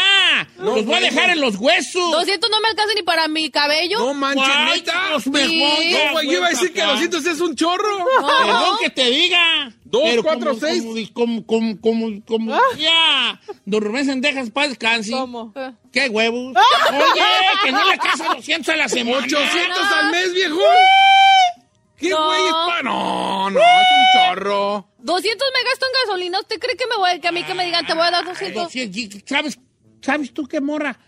[SPEAKER 2] ¡Los voy a dejar en los huesos!
[SPEAKER 3] 200 no me alcanza ni para mi cabello.
[SPEAKER 5] No manches,
[SPEAKER 2] Ay,
[SPEAKER 5] neta.
[SPEAKER 2] Dios mío,
[SPEAKER 3] Sí.
[SPEAKER 2] guau,
[SPEAKER 5] No, güey, yo iba a decir que
[SPEAKER 2] acá.
[SPEAKER 5] 200 es un chorro.
[SPEAKER 2] Perdón que te diga.
[SPEAKER 5] Dos,
[SPEAKER 2] Pero
[SPEAKER 5] cuatro,
[SPEAKER 2] como-
[SPEAKER 5] seis.
[SPEAKER 2] Como, como, como, como, ya. Don Rubén Sendejas, paz descanse.
[SPEAKER 15] ¿Cómo?
[SPEAKER 2] ¿Qué huevos? Oye, que no le casa 200 a la semana.
[SPEAKER 5] 800 al mes, viejo. ¿Qué
[SPEAKER 3] ¡Ah! No.
[SPEAKER 5] güey es pa- No, no, es un chorro.
[SPEAKER 3] 200 me gasto en gasolina. ¿Usted cree que me voy a, que a mí que me digan te voy a dar 200?
[SPEAKER 2] 200, y- ¿Sabes, ¿Sabes tú qué morra?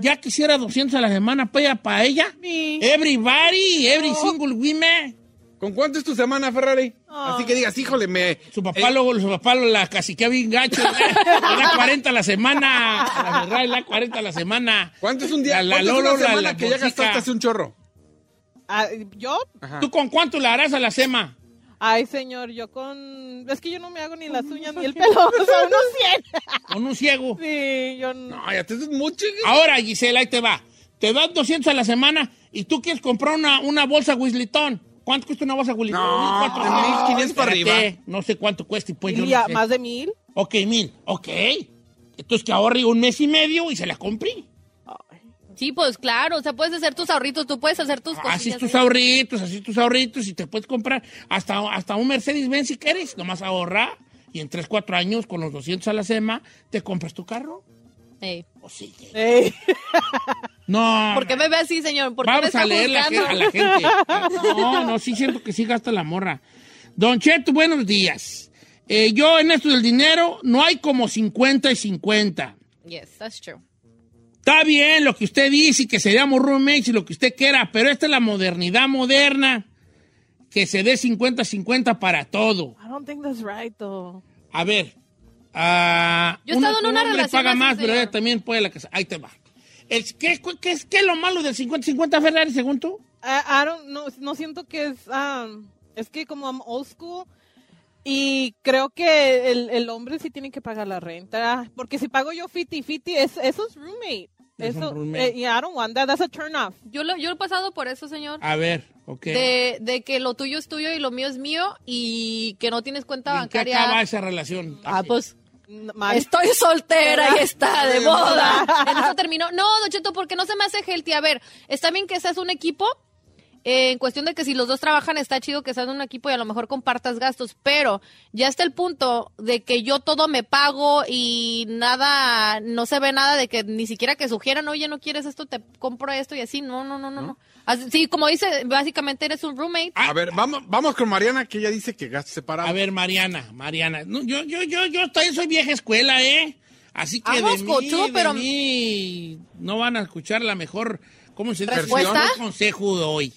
[SPEAKER 2] Ya quisiera 200 a la semana para ella. Para ella.
[SPEAKER 15] Sí.
[SPEAKER 2] Everybody, every single woman.
[SPEAKER 5] ¿Con cuánto es tu semana, Ferrari? Así que digas, híjole, me... eh,
[SPEAKER 2] Su papá, luego, su papá lo- la caciquea bien gacho. Era 40 a la semana. La verdad, era 40 a la semana.
[SPEAKER 5] ¿Cuánto es un día?
[SPEAKER 2] La- la
[SPEAKER 5] ¿Cuánto es
[SPEAKER 2] Lolo,
[SPEAKER 5] una
[SPEAKER 2] la-
[SPEAKER 5] semana
[SPEAKER 2] la
[SPEAKER 5] que ya
[SPEAKER 2] bolsica.
[SPEAKER 5] gastaste hace un chorro?
[SPEAKER 15] Ah, ¿Yo?
[SPEAKER 5] Ajá.
[SPEAKER 2] ¿Tú con cuánto la harás a la SEMA?
[SPEAKER 15] Ay, señor, yo con... Es que yo no me hago ni las uñas ni el pelo. [laughs] O sea, unos 100.
[SPEAKER 2] Con un ciego.
[SPEAKER 15] [laughs] Sí, yo...
[SPEAKER 3] Mm.
[SPEAKER 15] no-
[SPEAKER 5] No, ya te haces mucho. güey.
[SPEAKER 2] Ahora, Gisela, ahí te va. Te das 200 a la semana y tú quieres comprar una, una bolsa Wislitón. ¿Cuánto cuesta una bolsa Wislitón?
[SPEAKER 5] No,
[SPEAKER 2] ¿Cuánto?
[SPEAKER 5] de 1500 para
[SPEAKER 2] Espérate,
[SPEAKER 5] arriba.
[SPEAKER 2] No sé cuánto cuesta y pues yo
[SPEAKER 15] Diría,
[SPEAKER 2] no sé.
[SPEAKER 15] ¿Más de mil?
[SPEAKER 2] Ok, mil. Ok. Entonces que ahorre un mes y medio y se la compré.
[SPEAKER 3] Sí, pues claro. O sea, puedes hacer tus ahorritos, tú puedes hacer tus
[SPEAKER 2] Así
[SPEAKER 3] cosillas.
[SPEAKER 2] tus
[SPEAKER 3] ¿eh?
[SPEAKER 2] ahorritos, así tus ahorritos y te puedes comprar hasta, hasta un Mercedes-Benz si quieres. Nomás ahorra y en 3, 4 años con los 200 a la SEMA te compras tu carro.
[SPEAKER 3] [laughs] Ey.
[SPEAKER 2] O Pues sí que-
[SPEAKER 15] Ey.
[SPEAKER 2] No.
[SPEAKER 3] ¿Por qué me ve así, señor? ¿Por qué me
[SPEAKER 2] Vamos
[SPEAKER 3] está
[SPEAKER 2] a leer la gen-
[SPEAKER 3] juzgando?
[SPEAKER 2] a la gente. No, no, sí siento que sí gasta la morra. Don Cheto, buenos días. Eh, yo en esto del dinero no hay como 50 y 50.
[SPEAKER 3] [laughs] Yes, that's true.
[SPEAKER 2] Está bien lo que usted dice y que seríamos roommates y lo que usted quiera, pero esta es la modernidad moderna. Que se dé 50-50 para todo.
[SPEAKER 15] I don't think that's right, though.
[SPEAKER 2] A ver. ah,
[SPEAKER 3] Yo he estado en
[SPEAKER 2] un
[SPEAKER 3] una
[SPEAKER 2] hombre
[SPEAKER 3] relación
[SPEAKER 2] paga
[SPEAKER 3] así,
[SPEAKER 2] más, pero
[SPEAKER 3] señor.
[SPEAKER 2] ella también puede la casa. Ahí te va. El- ¿Qué, qué es- qué es lo malo del 50-50 Ferrari, según tú?
[SPEAKER 15] Ah, I, I don't, no, no siento que es, um, es que como I'm old school y creo que el, el hombre sí tiene que pagar la renta, porque si pago yo fiti fiti, es, eso es roommate.
[SPEAKER 2] Es un
[SPEAKER 15] Eso,
[SPEAKER 2] roommate.
[SPEAKER 15] eh, yeah, I don't want that, that's a turn off.
[SPEAKER 3] Yo, lo, yo he pasado por eso, señor.
[SPEAKER 2] A ver, ok.
[SPEAKER 3] De, de que lo tuyo es tuyo y lo mío es mío y que no tienes cuenta
[SPEAKER 2] ¿En qué
[SPEAKER 3] bancaria.
[SPEAKER 2] acaba esa relación?
[SPEAKER 3] Ah,
[SPEAKER 2] Así.
[SPEAKER 3] pues
[SPEAKER 15] N- mal.
[SPEAKER 3] estoy soltera y [laughs] está de moda. En eso terminó. No, Don Cheto, porque no se me hace healthy. A ver, está bien que seas un equipo eh, en cuestión de que si los dos trabajan está chido que sean un equipo y a lo mejor compartas gastos, pero ya está el punto de que yo todo me pago y nada, no se ve nada de que ni siquiera que sugieran, oye, no quieres esto, te compro esto y así, no, no, no, no, no. Así, sí, como dice, básicamente eres un roommate.
[SPEAKER 5] A ver, vamos, vamos con Mariana, que ella dice que gastos separados.
[SPEAKER 2] Ah, A ver, Mariana, Mariana. No, yo, yo, yo, yo también soy vieja escuela, ¿eh? Así que
[SPEAKER 3] Vamos,
[SPEAKER 2] de mí,
[SPEAKER 3] cochudo,
[SPEAKER 2] de
[SPEAKER 3] pero-
[SPEAKER 2] mí no van a escuchar la mejor, ¿cómo se dice?
[SPEAKER 3] ¿Respuesta?
[SPEAKER 2] Versión o consejo de hoy.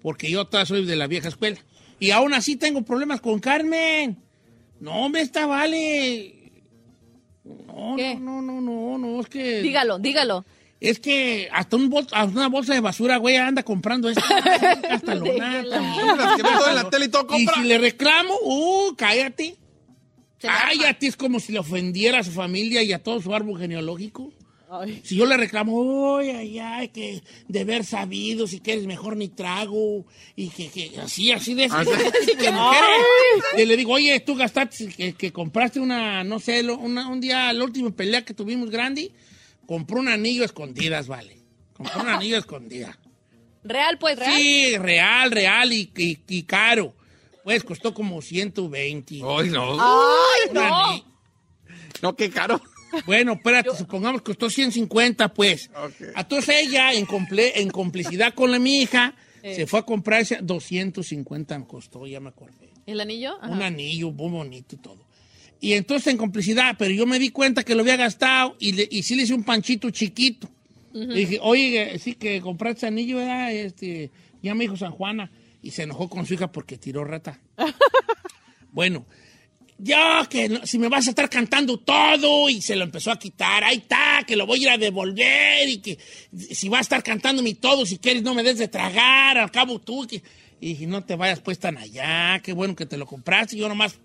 [SPEAKER 2] Porque yo todavía soy de la vieja escuela. Y aún así tengo problemas con Carmen. No, me está vale. No, no, no, no, no, no, es que...
[SPEAKER 3] Dígalo, dígalo.
[SPEAKER 2] Es que hasta, un bol- hasta una bolsa de basura, güey, anda comprando
[SPEAKER 3] [laughs]
[SPEAKER 2] esto. hasta lo
[SPEAKER 5] Las que ve todo en la tele y todo compra.
[SPEAKER 2] si le reclamo, uh, cállate. Cállate, es como si le ofendiera a su familia y a todo su árbol genealógico. Si yo le reclamo, ay, ay, ay, que de haber sabido, si quieres mejor ni trago, y que, que así, así de
[SPEAKER 9] Así.
[SPEAKER 2] Así que mujeres. Y le digo, oye, tú gastaste, que, que compraste una, no sé, lo- una- un día, la última pelea que tuvimos grande, compró un anillo a escondidas, vale. Compró un anillo a escondidas.
[SPEAKER 3] Real, pues, real.
[SPEAKER 2] Sí, real, real y, y- y caro. Pues costó como 120.
[SPEAKER 5] Ay, no.
[SPEAKER 3] Ay, no.
[SPEAKER 5] No, qué caro.
[SPEAKER 2] Bueno, espérate, supongamos que costó 150, pues. Entonces ella, en, comple- en complicidad con la mi hija,
[SPEAKER 3] Eh.
[SPEAKER 2] se fue a comprar ese 250 me costó, ya me acordé.
[SPEAKER 3] ¿El anillo? Ajá.
[SPEAKER 2] Un anillo muy bonito y todo. Y entonces en complicidad, pero yo me di cuenta que lo había gastado y, le- y sí le hice un panchito chiquito.
[SPEAKER 3] Ujú.
[SPEAKER 2] Le dije, oye, sí que compraste anillo, ¿verdad? Este, ya me dijo San Juana. Y se enojó con su hija porque tiró rata. bueno, ya que no- si me vas a estar cantando todo y se lo empezó a quitar, ahí está, que lo voy a ir a devolver y que si va a estar cantando mi todo, si quieres no me des de tragar, al cabo tú. que- Y dije, no te vayas pues tan allá, qué bueno que te lo compraste. Yo nomás,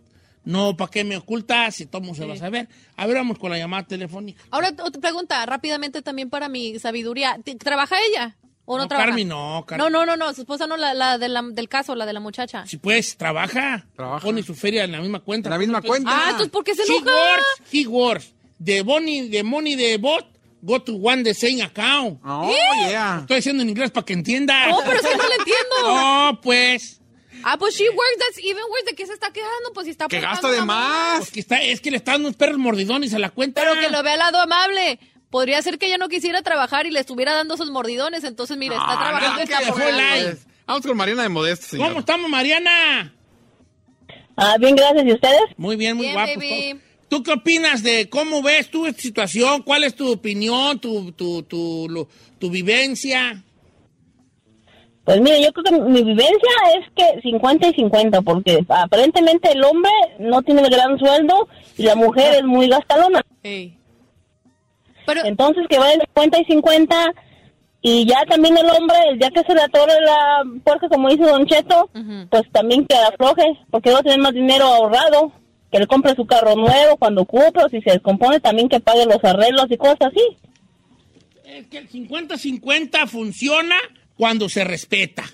[SPEAKER 2] no, ¿para qué me ocultas? Si todo el mundo se va a saber. A ver, vamos con la llamada telefónica.
[SPEAKER 3] Ahora, otra pregunta rápidamente también para mi sabiduría. ¿Te- ¿Trabaja ella o no,
[SPEAKER 2] No,
[SPEAKER 3] trabaja?
[SPEAKER 2] Carmen, no, Carmen.
[SPEAKER 3] No, no, no, no, su esposa no, la, la de la- del caso, la de la muchacha.
[SPEAKER 2] Si pues, trabaja. Pone su feria en la misma cuenta. En la misma
[SPEAKER 5] cuenta.
[SPEAKER 3] Ah, entonces, ¿por qué se
[SPEAKER 2] He
[SPEAKER 3] enoja?
[SPEAKER 2] works, he works. The money, the money, the bot, go to one the same account.
[SPEAKER 5] Oh, yeah.
[SPEAKER 2] Lo Estoy diciendo en inglés para que entiendas.
[SPEAKER 3] No, Oh, pero es que no le entiendo.
[SPEAKER 2] [laughs] No, pues.
[SPEAKER 3] Ah, pues she works, that's even worse. ¿De qué se está quejando? Pues si está aportando una mamá.
[SPEAKER 2] Pues que está- es que le están unos perros mordidones a la cuenta.
[SPEAKER 3] Pero que lo vea al lado amable. Podría ser que ella no quisiera trabajar y le estuviera dando sus mordidones. Entonces, mire,
[SPEAKER 5] Ah,
[SPEAKER 2] Ah,
[SPEAKER 3] está trabajando en
[SPEAKER 5] Vamos
[SPEAKER 3] Capoeira.
[SPEAKER 5] pues. con Mariana de Modesto, señor.
[SPEAKER 2] ¿Cómo estamos, Mariana?
[SPEAKER 10] Ah, bien, gracias. ¿Y ustedes?
[SPEAKER 2] Muy bien, muy
[SPEAKER 3] Bien,
[SPEAKER 2] guapos
[SPEAKER 3] baby.
[SPEAKER 2] todos. ¿Tú qué opinas de cómo ves tú esta situación? ¿Cuál es tu opinión, tu, tu, tu, lo- tu vivencia?
[SPEAKER 10] Pues mire, yo creo que mi vivencia es que 50 y 50, porque aparentemente el hombre no tiene el gran sueldo y la mujer es muy gastalona.
[SPEAKER 3] Ey.
[SPEAKER 10] Entonces que vayan 50 y 50 y ya también el hombre, el día que se le atore la puerca, como dice Don Cheto, pues también que afloje, porque va a tener más dinero ahorrado, que le compre su carro nuevo cuando ocupe, o si se descompone también que pague los arreglos y cosas así.
[SPEAKER 2] Es que el 50-50 funciona cuando se respeta.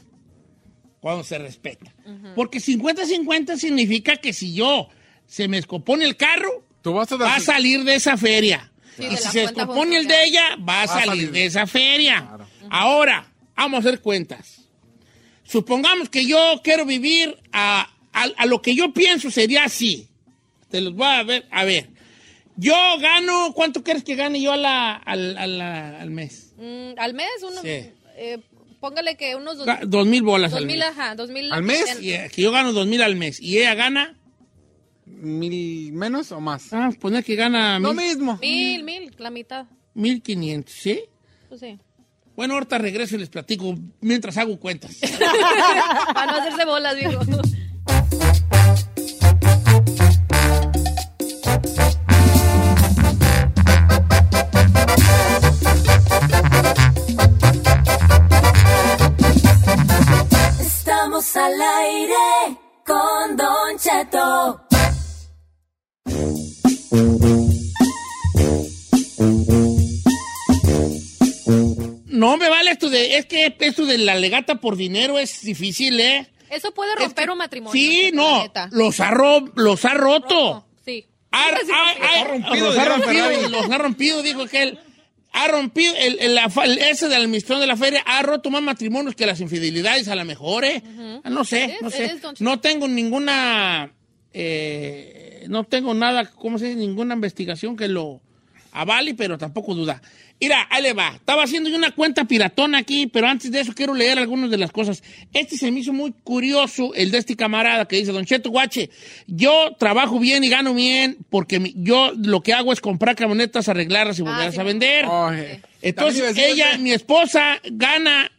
[SPEAKER 2] Cuando se respeta. Porque 50-50 significa que si yo se me escopone el carro, va a salir de esa feria.
[SPEAKER 9] Sí,
[SPEAKER 2] y
[SPEAKER 9] de
[SPEAKER 2] si
[SPEAKER 9] la
[SPEAKER 2] se
[SPEAKER 9] cuenta
[SPEAKER 2] escopone el de ella, va a
[SPEAKER 9] Va a
[SPEAKER 2] salir
[SPEAKER 9] salir.
[SPEAKER 2] de esa feria. Ahora, vamos a hacer cuentas. Supongamos que yo quiero vivir a, a- a lo que yo pienso sería así. Te los voy a ver. A ver, yo gano, ¿cuánto quieres que gane yo a la- al- a la- al mes?
[SPEAKER 3] Mm, al mes, uno,
[SPEAKER 2] Sí.
[SPEAKER 3] eh, póngale que unos dos,
[SPEAKER 2] Ga- dos mil bolas
[SPEAKER 3] dos
[SPEAKER 2] al
[SPEAKER 3] mil,
[SPEAKER 2] mes.
[SPEAKER 3] ajá, dos mil
[SPEAKER 2] ¿Al mes?
[SPEAKER 3] sesenta.
[SPEAKER 2] Y, eh, que yo gano dos mil al mes. ¿Y ella gana?
[SPEAKER 5] ¿Mil menos o más?
[SPEAKER 2] Vamos a poner que gana
[SPEAKER 5] Lo
[SPEAKER 2] Ah, mil,
[SPEAKER 5] mismo.
[SPEAKER 3] Mil, mil, la mitad.
[SPEAKER 2] mil quinientos, ¿sí?
[SPEAKER 10] [laughs]
[SPEAKER 3] Pues sí.
[SPEAKER 2] Bueno, ahorita regreso y les platico mientras hago cuentas.
[SPEAKER 3] Para no hacerse
[SPEAKER 10] [laughs]
[SPEAKER 3] bolas, digo.
[SPEAKER 9] Estamos al aire con Don Cheto.
[SPEAKER 2] No me vale esto de... Es que esto de la legata por dinero es difícil, ¿eh?
[SPEAKER 3] Eso puede romper un matrimonio.
[SPEAKER 2] Sí,
[SPEAKER 3] la
[SPEAKER 2] no.
[SPEAKER 3] neta.
[SPEAKER 2] Los ha, ro- los ha roto.
[SPEAKER 3] Sí.
[SPEAKER 2] Ha-
[SPEAKER 3] Sí,
[SPEAKER 2] ha-
[SPEAKER 3] sí,
[SPEAKER 2] ha-
[SPEAKER 3] sí.
[SPEAKER 2] los ha
[SPEAKER 5] dijeron
[SPEAKER 2] rompido,
[SPEAKER 5] Ferrari.
[SPEAKER 2] los ha rompido, dijo aquel. ha rompido el, el- la fa- el- ese del almistrón de la feria, ha roto más matrimonios que las infidelidades, a lo mejor, ¿eh? Ah, No sé,
[SPEAKER 3] It
[SPEAKER 2] no
[SPEAKER 3] is- it
[SPEAKER 2] sé.
[SPEAKER 3] is, don Cheto.
[SPEAKER 2] Pues No tengo ninguna, eh, no tengo nada, ¿cómo se dice? Ninguna investigación que lo avale, pero tampoco duda. Mira, ahí le va. Estaba haciendo yo una cuenta piratona aquí, pero antes de eso quiero leer algunas de las cosas. Este se me hizo muy curioso, el de este camarada que dice, Don Cheto Guache, yo trabajo bien y gano bien porque mi- yo lo que hago es comprar camionetas, arreglarlas y volverlas a vender.
[SPEAKER 5] Oh, eh.
[SPEAKER 2] Entonces,
[SPEAKER 5] También
[SPEAKER 2] ella, mi esposa, gana.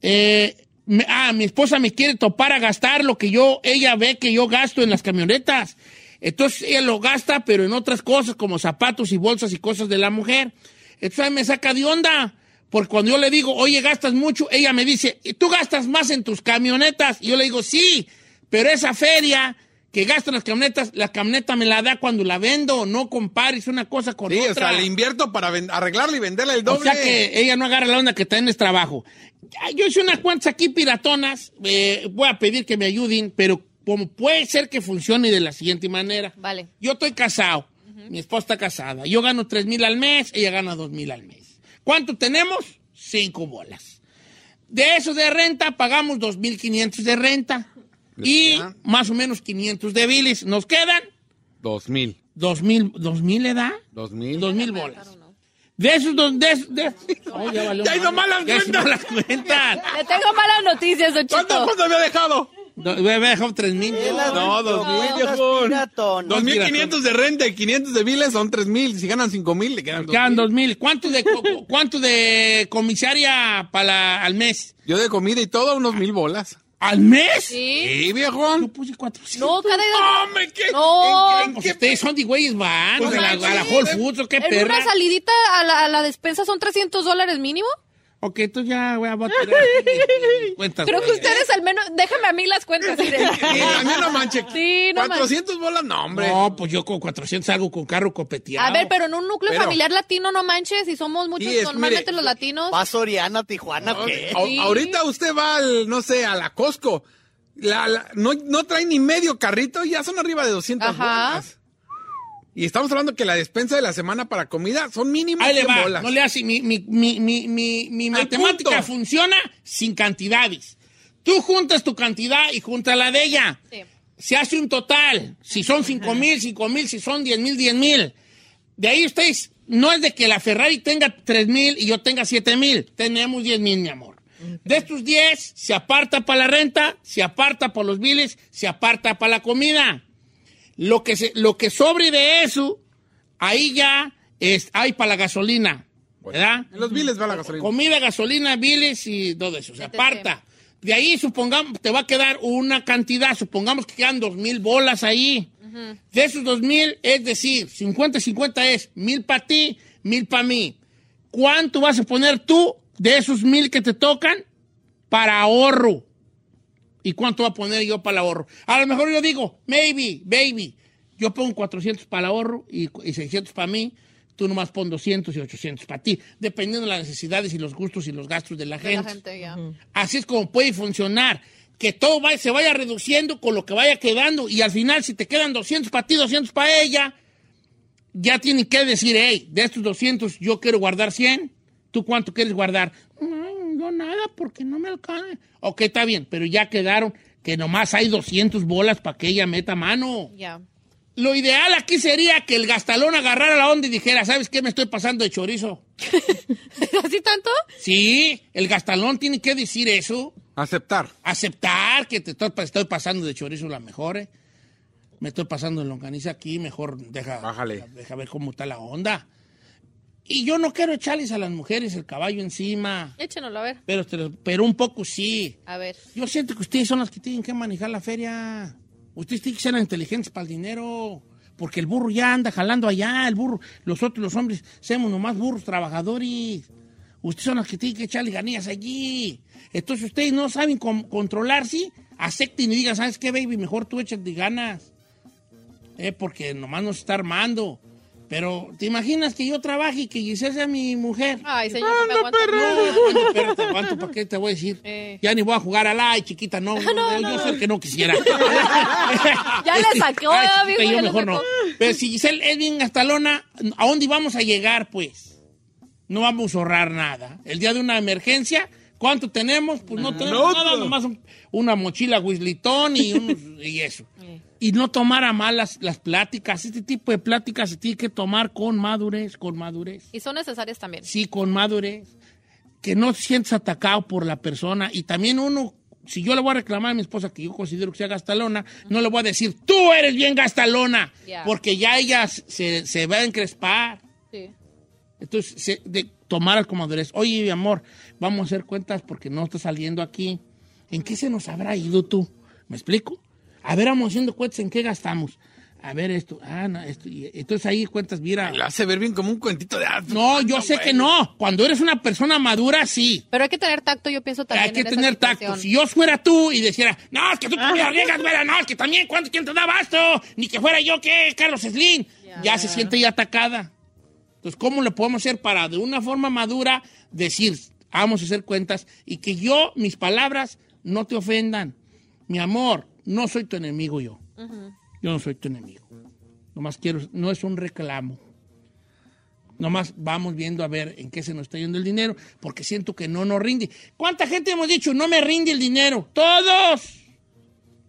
[SPEAKER 2] eh, me- ah, mi esposa me quiere topar a gastar lo que yo, ella ve que yo gasto en las camionetas. Entonces, ella lo gasta, pero en otras cosas, como zapatos y bolsas y cosas de la mujer. Entonces, ahí me saca de onda. Porque cuando yo le digo, oye, gastas mucho, ella me dice, "¿Y ¿tú gastas más en tus camionetas? Y yo le digo, sí, pero esa feria que gasto en las camionetas, la camioneta me la da cuando la vendo. No compares una cosa con
[SPEAKER 5] Sí,
[SPEAKER 2] otra.
[SPEAKER 5] o sea, le invierto para ven- arreglarla y venderla el doble.
[SPEAKER 2] O sea que ella no agarra la onda que también es trabajo. Ya, Yo hice unas cuantas aquí piratonas. eh, voy a pedir que me ayuden, pero como puede ser que funcione de la siguiente manera.
[SPEAKER 3] Vale.
[SPEAKER 2] Yo estoy casado. Mi esposa está casada. Yo gano tres mil al mes, ella gana dos mil al mes. ¿Cuánto tenemos? Cinco bolas. De eso de renta, pagamos dos mil quinientos de renta. Y más o menos 500 de bilis. Nos quedan
[SPEAKER 5] Dos mil.
[SPEAKER 2] dos mil, dos mil le da.
[SPEAKER 5] Dos mil.
[SPEAKER 2] Dos mil bolas. De esos, dos- de, esos- de,
[SPEAKER 3] [laughs]
[SPEAKER 2] Ay, ya valió
[SPEAKER 5] Ya hizo
[SPEAKER 2] madre.
[SPEAKER 5] malas
[SPEAKER 2] Ya hizo
[SPEAKER 5] cuentas.
[SPEAKER 2] malas
[SPEAKER 5] [laughs]
[SPEAKER 2] cuentas.
[SPEAKER 3] Le tengo malas noticias, Don Cheto.
[SPEAKER 5] ¿Cuánto cuánto había dejado?
[SPEAKER 2] No, me había dejado 3 mil.
[SPEAKER 5] No, dos mil, viejón. Dos mil quinientos de renta y quinientos de biles son tres mil. Si ganan cinco mil, le quedan dos
[SPEAKER 2] Quedan dos mil. ¿Cuánto de, co- co- cuánto de comisaria para la- al mes?
[SPEAKER 5] Yo de comida y todo, unos mil bolas.
[SPEAKER 2] ¿Al mes?
[SPEAKER 3] Sí.
[SPEAKER 5] Sí, viejón.
[SPEAKER 2] Yo puse 400.
[SPEAKER 3] No, cada
[SPEAKER 5] ¡Hombre, qué!
[SPEAKER 3] No.
[SPEAKER 5] ¿en
[SPEAKER 2] Pues ustedes son de güeyes van
[SPEAKER 5] Pues
[SPEAKER 2] a la,
[SPEAKER 5] manches.
[SPEAKER 2] a la Whole Foods o qué
[SPEAKER 3] en
[SPEAKER 2] perra.
[SPEAKER 3] una salidita a la, a la despensa son 300 dólares mínimo.
[SPEAKER 2] Ok, entonces ya voy a voy a tirar aquí mis- mis cuentas.
[SPEAKER 3] Creo que
[SPEAKER 2] güey.
[SPEAKER 3] ustedes al menos, déjame a mí las
[SPEAKER 2] [laughs]
[SPEAKER 3] cuentas. Irene.
[SPEAKER 5] Y también no manche.
[SPEAKER 3] Sí, no manches.
[SPEAKER 5] 400 bolas, no, hombre.
[SPEAKER 2] No, pues yo con 400 salgo con carro copeteado.
[SPEAKER 3] A ver, pero en un núcleo
[SPEAKER 5] Pero-
[SPEAKER 3] familiar latino no manches, y somos muchos
[SPEAKER 5] Sí, es-
[SPEAKER 3] normalmente
[SPEAKER 5] mire,
[SPEAKER 3] los latinos.
[SPEAKER 16] ¿Va a Soriana, Tijuana, qué?
[SPEAKER 5] A-
[SPEAKER 3] Sí.
[SPEAKER 5] Ahorita usted va al, no sé, a la Costco. La- la- no, no trae ni medio carrito, ya son arriba de 200
[SPEAKER 3] Ajá.
[SPEAKER 5] bolas. Y estamos hablando que la despensa de la semana para comida son mínimas
[SPEAKER 2] Ahí le
[SPEAKER 5] 100
[SPEAKER 2] va,
[SPEAKER 5] bolas.
[SPEAKER 2] no le hace, mi, mi, mi, mi, mi, mi
[SPEAKER 5] Al
[SPEAKER 2] matemática
[SPEAKER 5] punto.
[SPEAKER 2] funciona sin cantidades. Tú juntas tu cantidad y juntas la de ella.
[SPEAKER 3] Sí.
[SPEAKER 2] Se hace un total. Si son 5 mil, 5 mil, si son 10 mil, 10 mil. De ahí ustedes, no es de que la Ferrari tenga 3 mil y yo tenga 7 mil. Tenemos 10 mil, mi amor. De estos 10, se aparta para la renta, se aparta para los biles, se aparta para la comida. Lo que, se- lo que sobre de eso, ahí ya es, hay para la gasolina. ¿Verdad?
[SPEAKER 5] En los biles va la gasolina.
[SPEAKER 2] Comida, gasolina, biles y todo eso. Se aparta. De ahí, supongamos, te va a quedar una cantidad. Supongamos que quedan dos mil bolas ahí. De esos dos mil, es decir, 50-50 es mil para ti, mil para mí. ¿Cuánto vas a poner tú de esos mil que te tocan para ahorro? ¿Y cuánto va a poner yo para el ahorro? A lo mejor yo digo, maybe, baby, yo pongo 400 para el ahorro y, cu- y 600 para mí, tú nomás pon 200 y 800 para ti, dependiendo de las necesidades y los gustos y los gastos de la
[SPEAKER 3] De la
[SPEAKER 2] gente.
[SPEAKER 3] gente, ya.
[SPEAKER 2] Así es como puede funcionar, que todo va- se vaya reduciendo con lo que vaya quedando y al final si te quedan 200 para ti, 200 para ella, ya tienen que decir, hey, de estos 200 yo quiero guardar 100, ¿tú cuánto quieres guardar? No, no, nada, porque no me alcanza. Ok, está bien, pero ya quedaron que nomás hay 200 bolas para que ella meta mano.
[SPEAKER 3] Ya. [laughs]
[SPEAKER 2] Lo ideal aquí sería que el gastalón agarrara la onda y dijera, ¿sabes qué? Me estoy pasando de chorizo.
[SPEAKER 3] ¿Así tanto?
[SPEAKER 2] Sí, el gastalón tiene que decir eso,
[SPEAKER 5] Aceptar.
[SPEAKER 2] aceptar que te estoy, estoy pasando de chorizo la mejor, ¿eh? me estoy pasando de longaniza aquí, mejor deja,
[SPEAKER 5] Bájale.
[SPEAKER 2] deja ver cómo está la onda. Y yo no quiero echarles a las mujeres el caballo encima,
[SPEAKER 3] Échenoslo, a ver.
[SPEAKER 2] pero, te lo- pero un poco sí.
[SPEAKER 3] A ver.
[SPEAKER 2] Yo siento que ustedes son las que tienen que manejar la feria. Ustedes tienen que ser inteligentes para el dinero. Porque el burro ya anda jalando allá, el burro. Los otros, los hombres, somos nomás burros trabajadores. Ustedes son las que tienen que echarle ganillas allí. Entonces ustedes no saben com- controlarse. Acepten y digan, ¿sabes qué, baby? Mejor tú echas de ganas. Eh, porque nomás nos está armando. Pero, ¿te imaginas que yo trabaje y que Giselle sea mi mujer?
[SPEAKER 3] Ay, señor, no me aguanto. [laughs]
[SPEAKER 2] No, no, espérate, aguanto, ¿para qué te voy a decir?
[SPEAKER 3] Eh.
[SPEAKER 2] Ya ni voy a jugar al ay, chiquita,
[SPEAKER 3] [laughs]
[SPEAKER 2] no. no,
[SPEAKER 3] No,
[SPEAKER 2] yo-
[SPEAKER 3] no,
[SPEAKER 2] yo
[SPEAKER 3] no.
[SPEAKER 2] sé que no
[SPEAKER 3] [laughs]
[SPEAKER 2] quisiera. [laughs] Este,
[SPEAKER 3] Ya le sacó,
[SPEAKER 2] Ay, chiquita,
[SPEAKER 3] amigo,
[SPEAKER 2] yo
[SPEAKER 3] ya le
[SPEAKER 2] mejor
[SPEAKER 3] sacó.
[SPEAKER 2] no. Pero si Giselle es bien gastalona, ¿a dónde vamos a llegar, pues? no vamos a ahorrar nada. El día de una emergencia, ¿cuánto tenemos? Pues no tenemos nada, nomás un- una mochila Wislitón y, unos-
[SPEAKER 3] [laughs]
[SPEAKER 2] y eso. Y no tomar a mal las, las pláticas. Este tipo de pláticas se tiene que tomar con madurez, con madurez.
[SPEAKER 3] Y son necesarias también.
[SPEAKER 2] Sí, con madurez. Que no te sientes atacado por la persona. Y también uno, si yo le voy a reclamar a mi esposa que yo considero que sea gastalona, no le voy a decir, tú eres bien gastalona.
[SPEAKER 3] Ya.
[SPEAKER 2] Porque ya ella se, se va a encrespar.
[SPEAKER 3] Sí.
[SPEAKER 2] Entonces, se- de tomar con madurez. Oye, mi amor, vamos a hacer cuentas porque no está saliendo aquí. ¿En qué se nos habrá ido tú? ¿Me explico? A ver, vamos haciendo cuentas, ¿en qué gastamos? A ver esto, ah, no, esto. y- entonces ahí cuentas, mira.
[SPEAKER 5] Lo hace ver bien como un cuentito de... hadas.
[SPEAKER 2] No, yo sé que no. Cuando eres una persona madura, sí.
[SPEAKER 3] Pero hay que tener tacto, yo pienso también.
[SPEAKER 2] Hay que
[SPEAKER 3] en esa
[SPEAKER 2] tener
[SPEAKER 3] situación. Ah.
[SPEAKER 2] tacto. Si yo fuera tú y dijera, no, es que tú también riegas, güera, no, es que también, ¿cuánto quién te da basto? Ni que fuera yo que Carlos Slim. Ya se siente ya atacada. Entonces, ¿cómo lo podemos hacer para de una forma madura decir, vamos a hacer cuentas y que yo, mis palabras, no te ofendan? Mi amor, no soy tu enemigo yo.
[SPEAKER 3] Ujú.
[SPEAKER 2] Yo no soy tu enemigo. Nomás quiero, no es un reclamo. Nomás vamos viendo a ver en qué se nos está yendo el dinero, porque siento que no nos rinde. ¿Cuánta gente hemos dicho, no me rinde el dinero? Todos,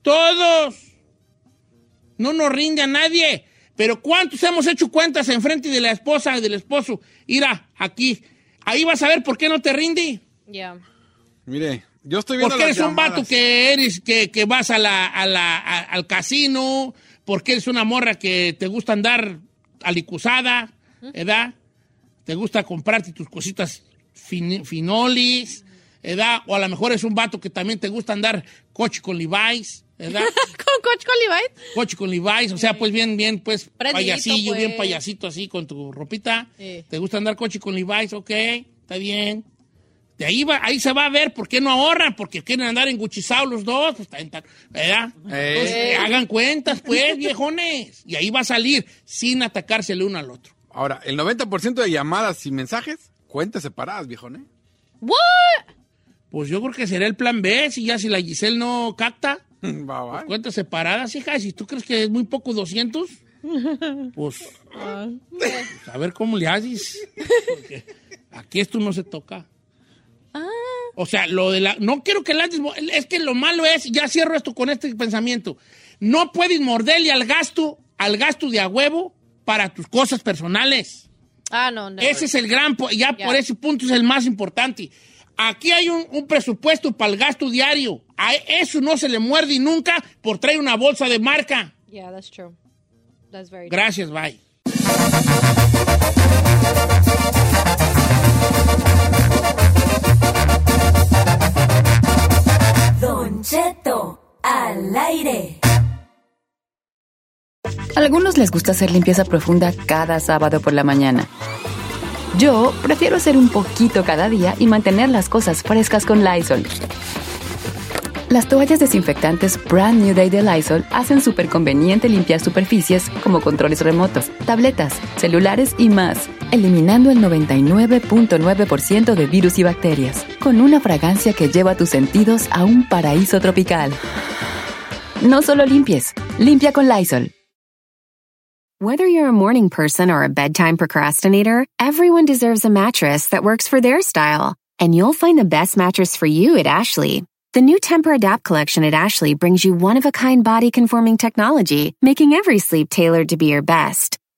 [SPEAKER 2] todos. No nos rinde a nadie. Pero ¿cuántos hemos hecho cuentas enfrente de la esposa y del esposo? Ira, aquí. Ahí vas a ver por qué no te rinde.
[SPEAKER 3] Ya. [laughs]
[SPEAKER 5] Mire, yo estoy viendo
[SPEAKER 2] Porque
[SPEAKER 5] las
[SPEAKER 2] eres un
[SPEAKER 5] llamadas.
[SPEAKER 2] vato que eres, que, que vas a la, a la- a- al casino, porque eres una morra que te gusta andar alicuzada, ¿edad? Te gusta comprarte tus cositas fin- finolis, ¿edad? O a lo mejor es un vato que también te gusta andar coche con Levi's, ¿edad?
[SPEAKER 3] ¿Con Coach Colibay?
[SPEAKER 2] coche con Levi's, o sea, pues bien, bien, pues
[SPEAKER 3] Prendidito,
[SPEAKER 2] payasillo,
[SPEAKER 3] pues.
[SPEAKER 2] bien payasito así con tu ropita.
[SPEAKER 3] Sí.
[SPEAKER 2] ¿Te gusta andar coche con Levi's? Ok, está bien. De ahí, va, ahí se va a ver por qué no ahorran, porque quieren andar enguchizados los dos. Pues, está en tal- ¿verdad? Entonces,
[SPEAKER 3] Eh.
[SPEAKER 5] Ey.
[SPEAKER 2] hagan cuentas, pues, viejones. Y ahí va a salir sin atacarse el uno al otro.
[SPEAKER 5] Ahora, el 90% de llamadas y mensajes, cuentas separadas, viejo, ¿eh? [laughs]
[SPEAKER 3] ¿What?
[SPEAKER 2] Pues yo creo que será el plan B, si ya si la Giselle no capta.
[SPEAKER 5] Va, va.
[SPEAKER 2] Pues, cuentas separadas, hija. Y Si tú crees que es muy poco 200, pues pues, a ver cómo le haces. Porque aquí esto no se toca. O sea, lo de la. No quiero que las. desmo- Es que lo malo es, ya cierro esto con este pensamiento. No puedes morderle al gasto, al gasto de a huevo para tus cosas personales.
[SPEAKER 3] Ah, no, no.
[SPEAKER 2] Ese es el gran, po- ya por ese punto es el más importante. Aquí hay un, un presupuesto para el gasto diario. A eso no se le muerde y nunca por traer una bolsa de marca.
[SPEAKER 3] Yeah, that's true. That's very true.
[SPEAKER 2] Gracias, bye.
[SPEAKER 9] Don Cheto, al aire.
[SPEAKER 17] Algunos les gusta hacer limpieza profunda cada sábado por la mañana. Yo prefiero hacer un poquito cada día y mantener las cosas frescas con Lysol. Las toallas desinfectantes Brand New Day de Lysol hacen súper conveniente limpiar superficies como controles remotos, tabletas, celulares y más, eliminando el 99.9% de virus y bacterias, con una fragancia que lleva tus sentidos a un paraíso tropical. No solo limpies, limpia con Lysol.
[SPEAKER 1] Whether you're a morning person or a bedtime procrastinator, everyone deserves a mattress that works for their style. And you'll find the best mattress for you at Ashley. The new Temper Adapt collection at Ashley brings you one of a kind body conforming technology, making every sleep tailored to be your best.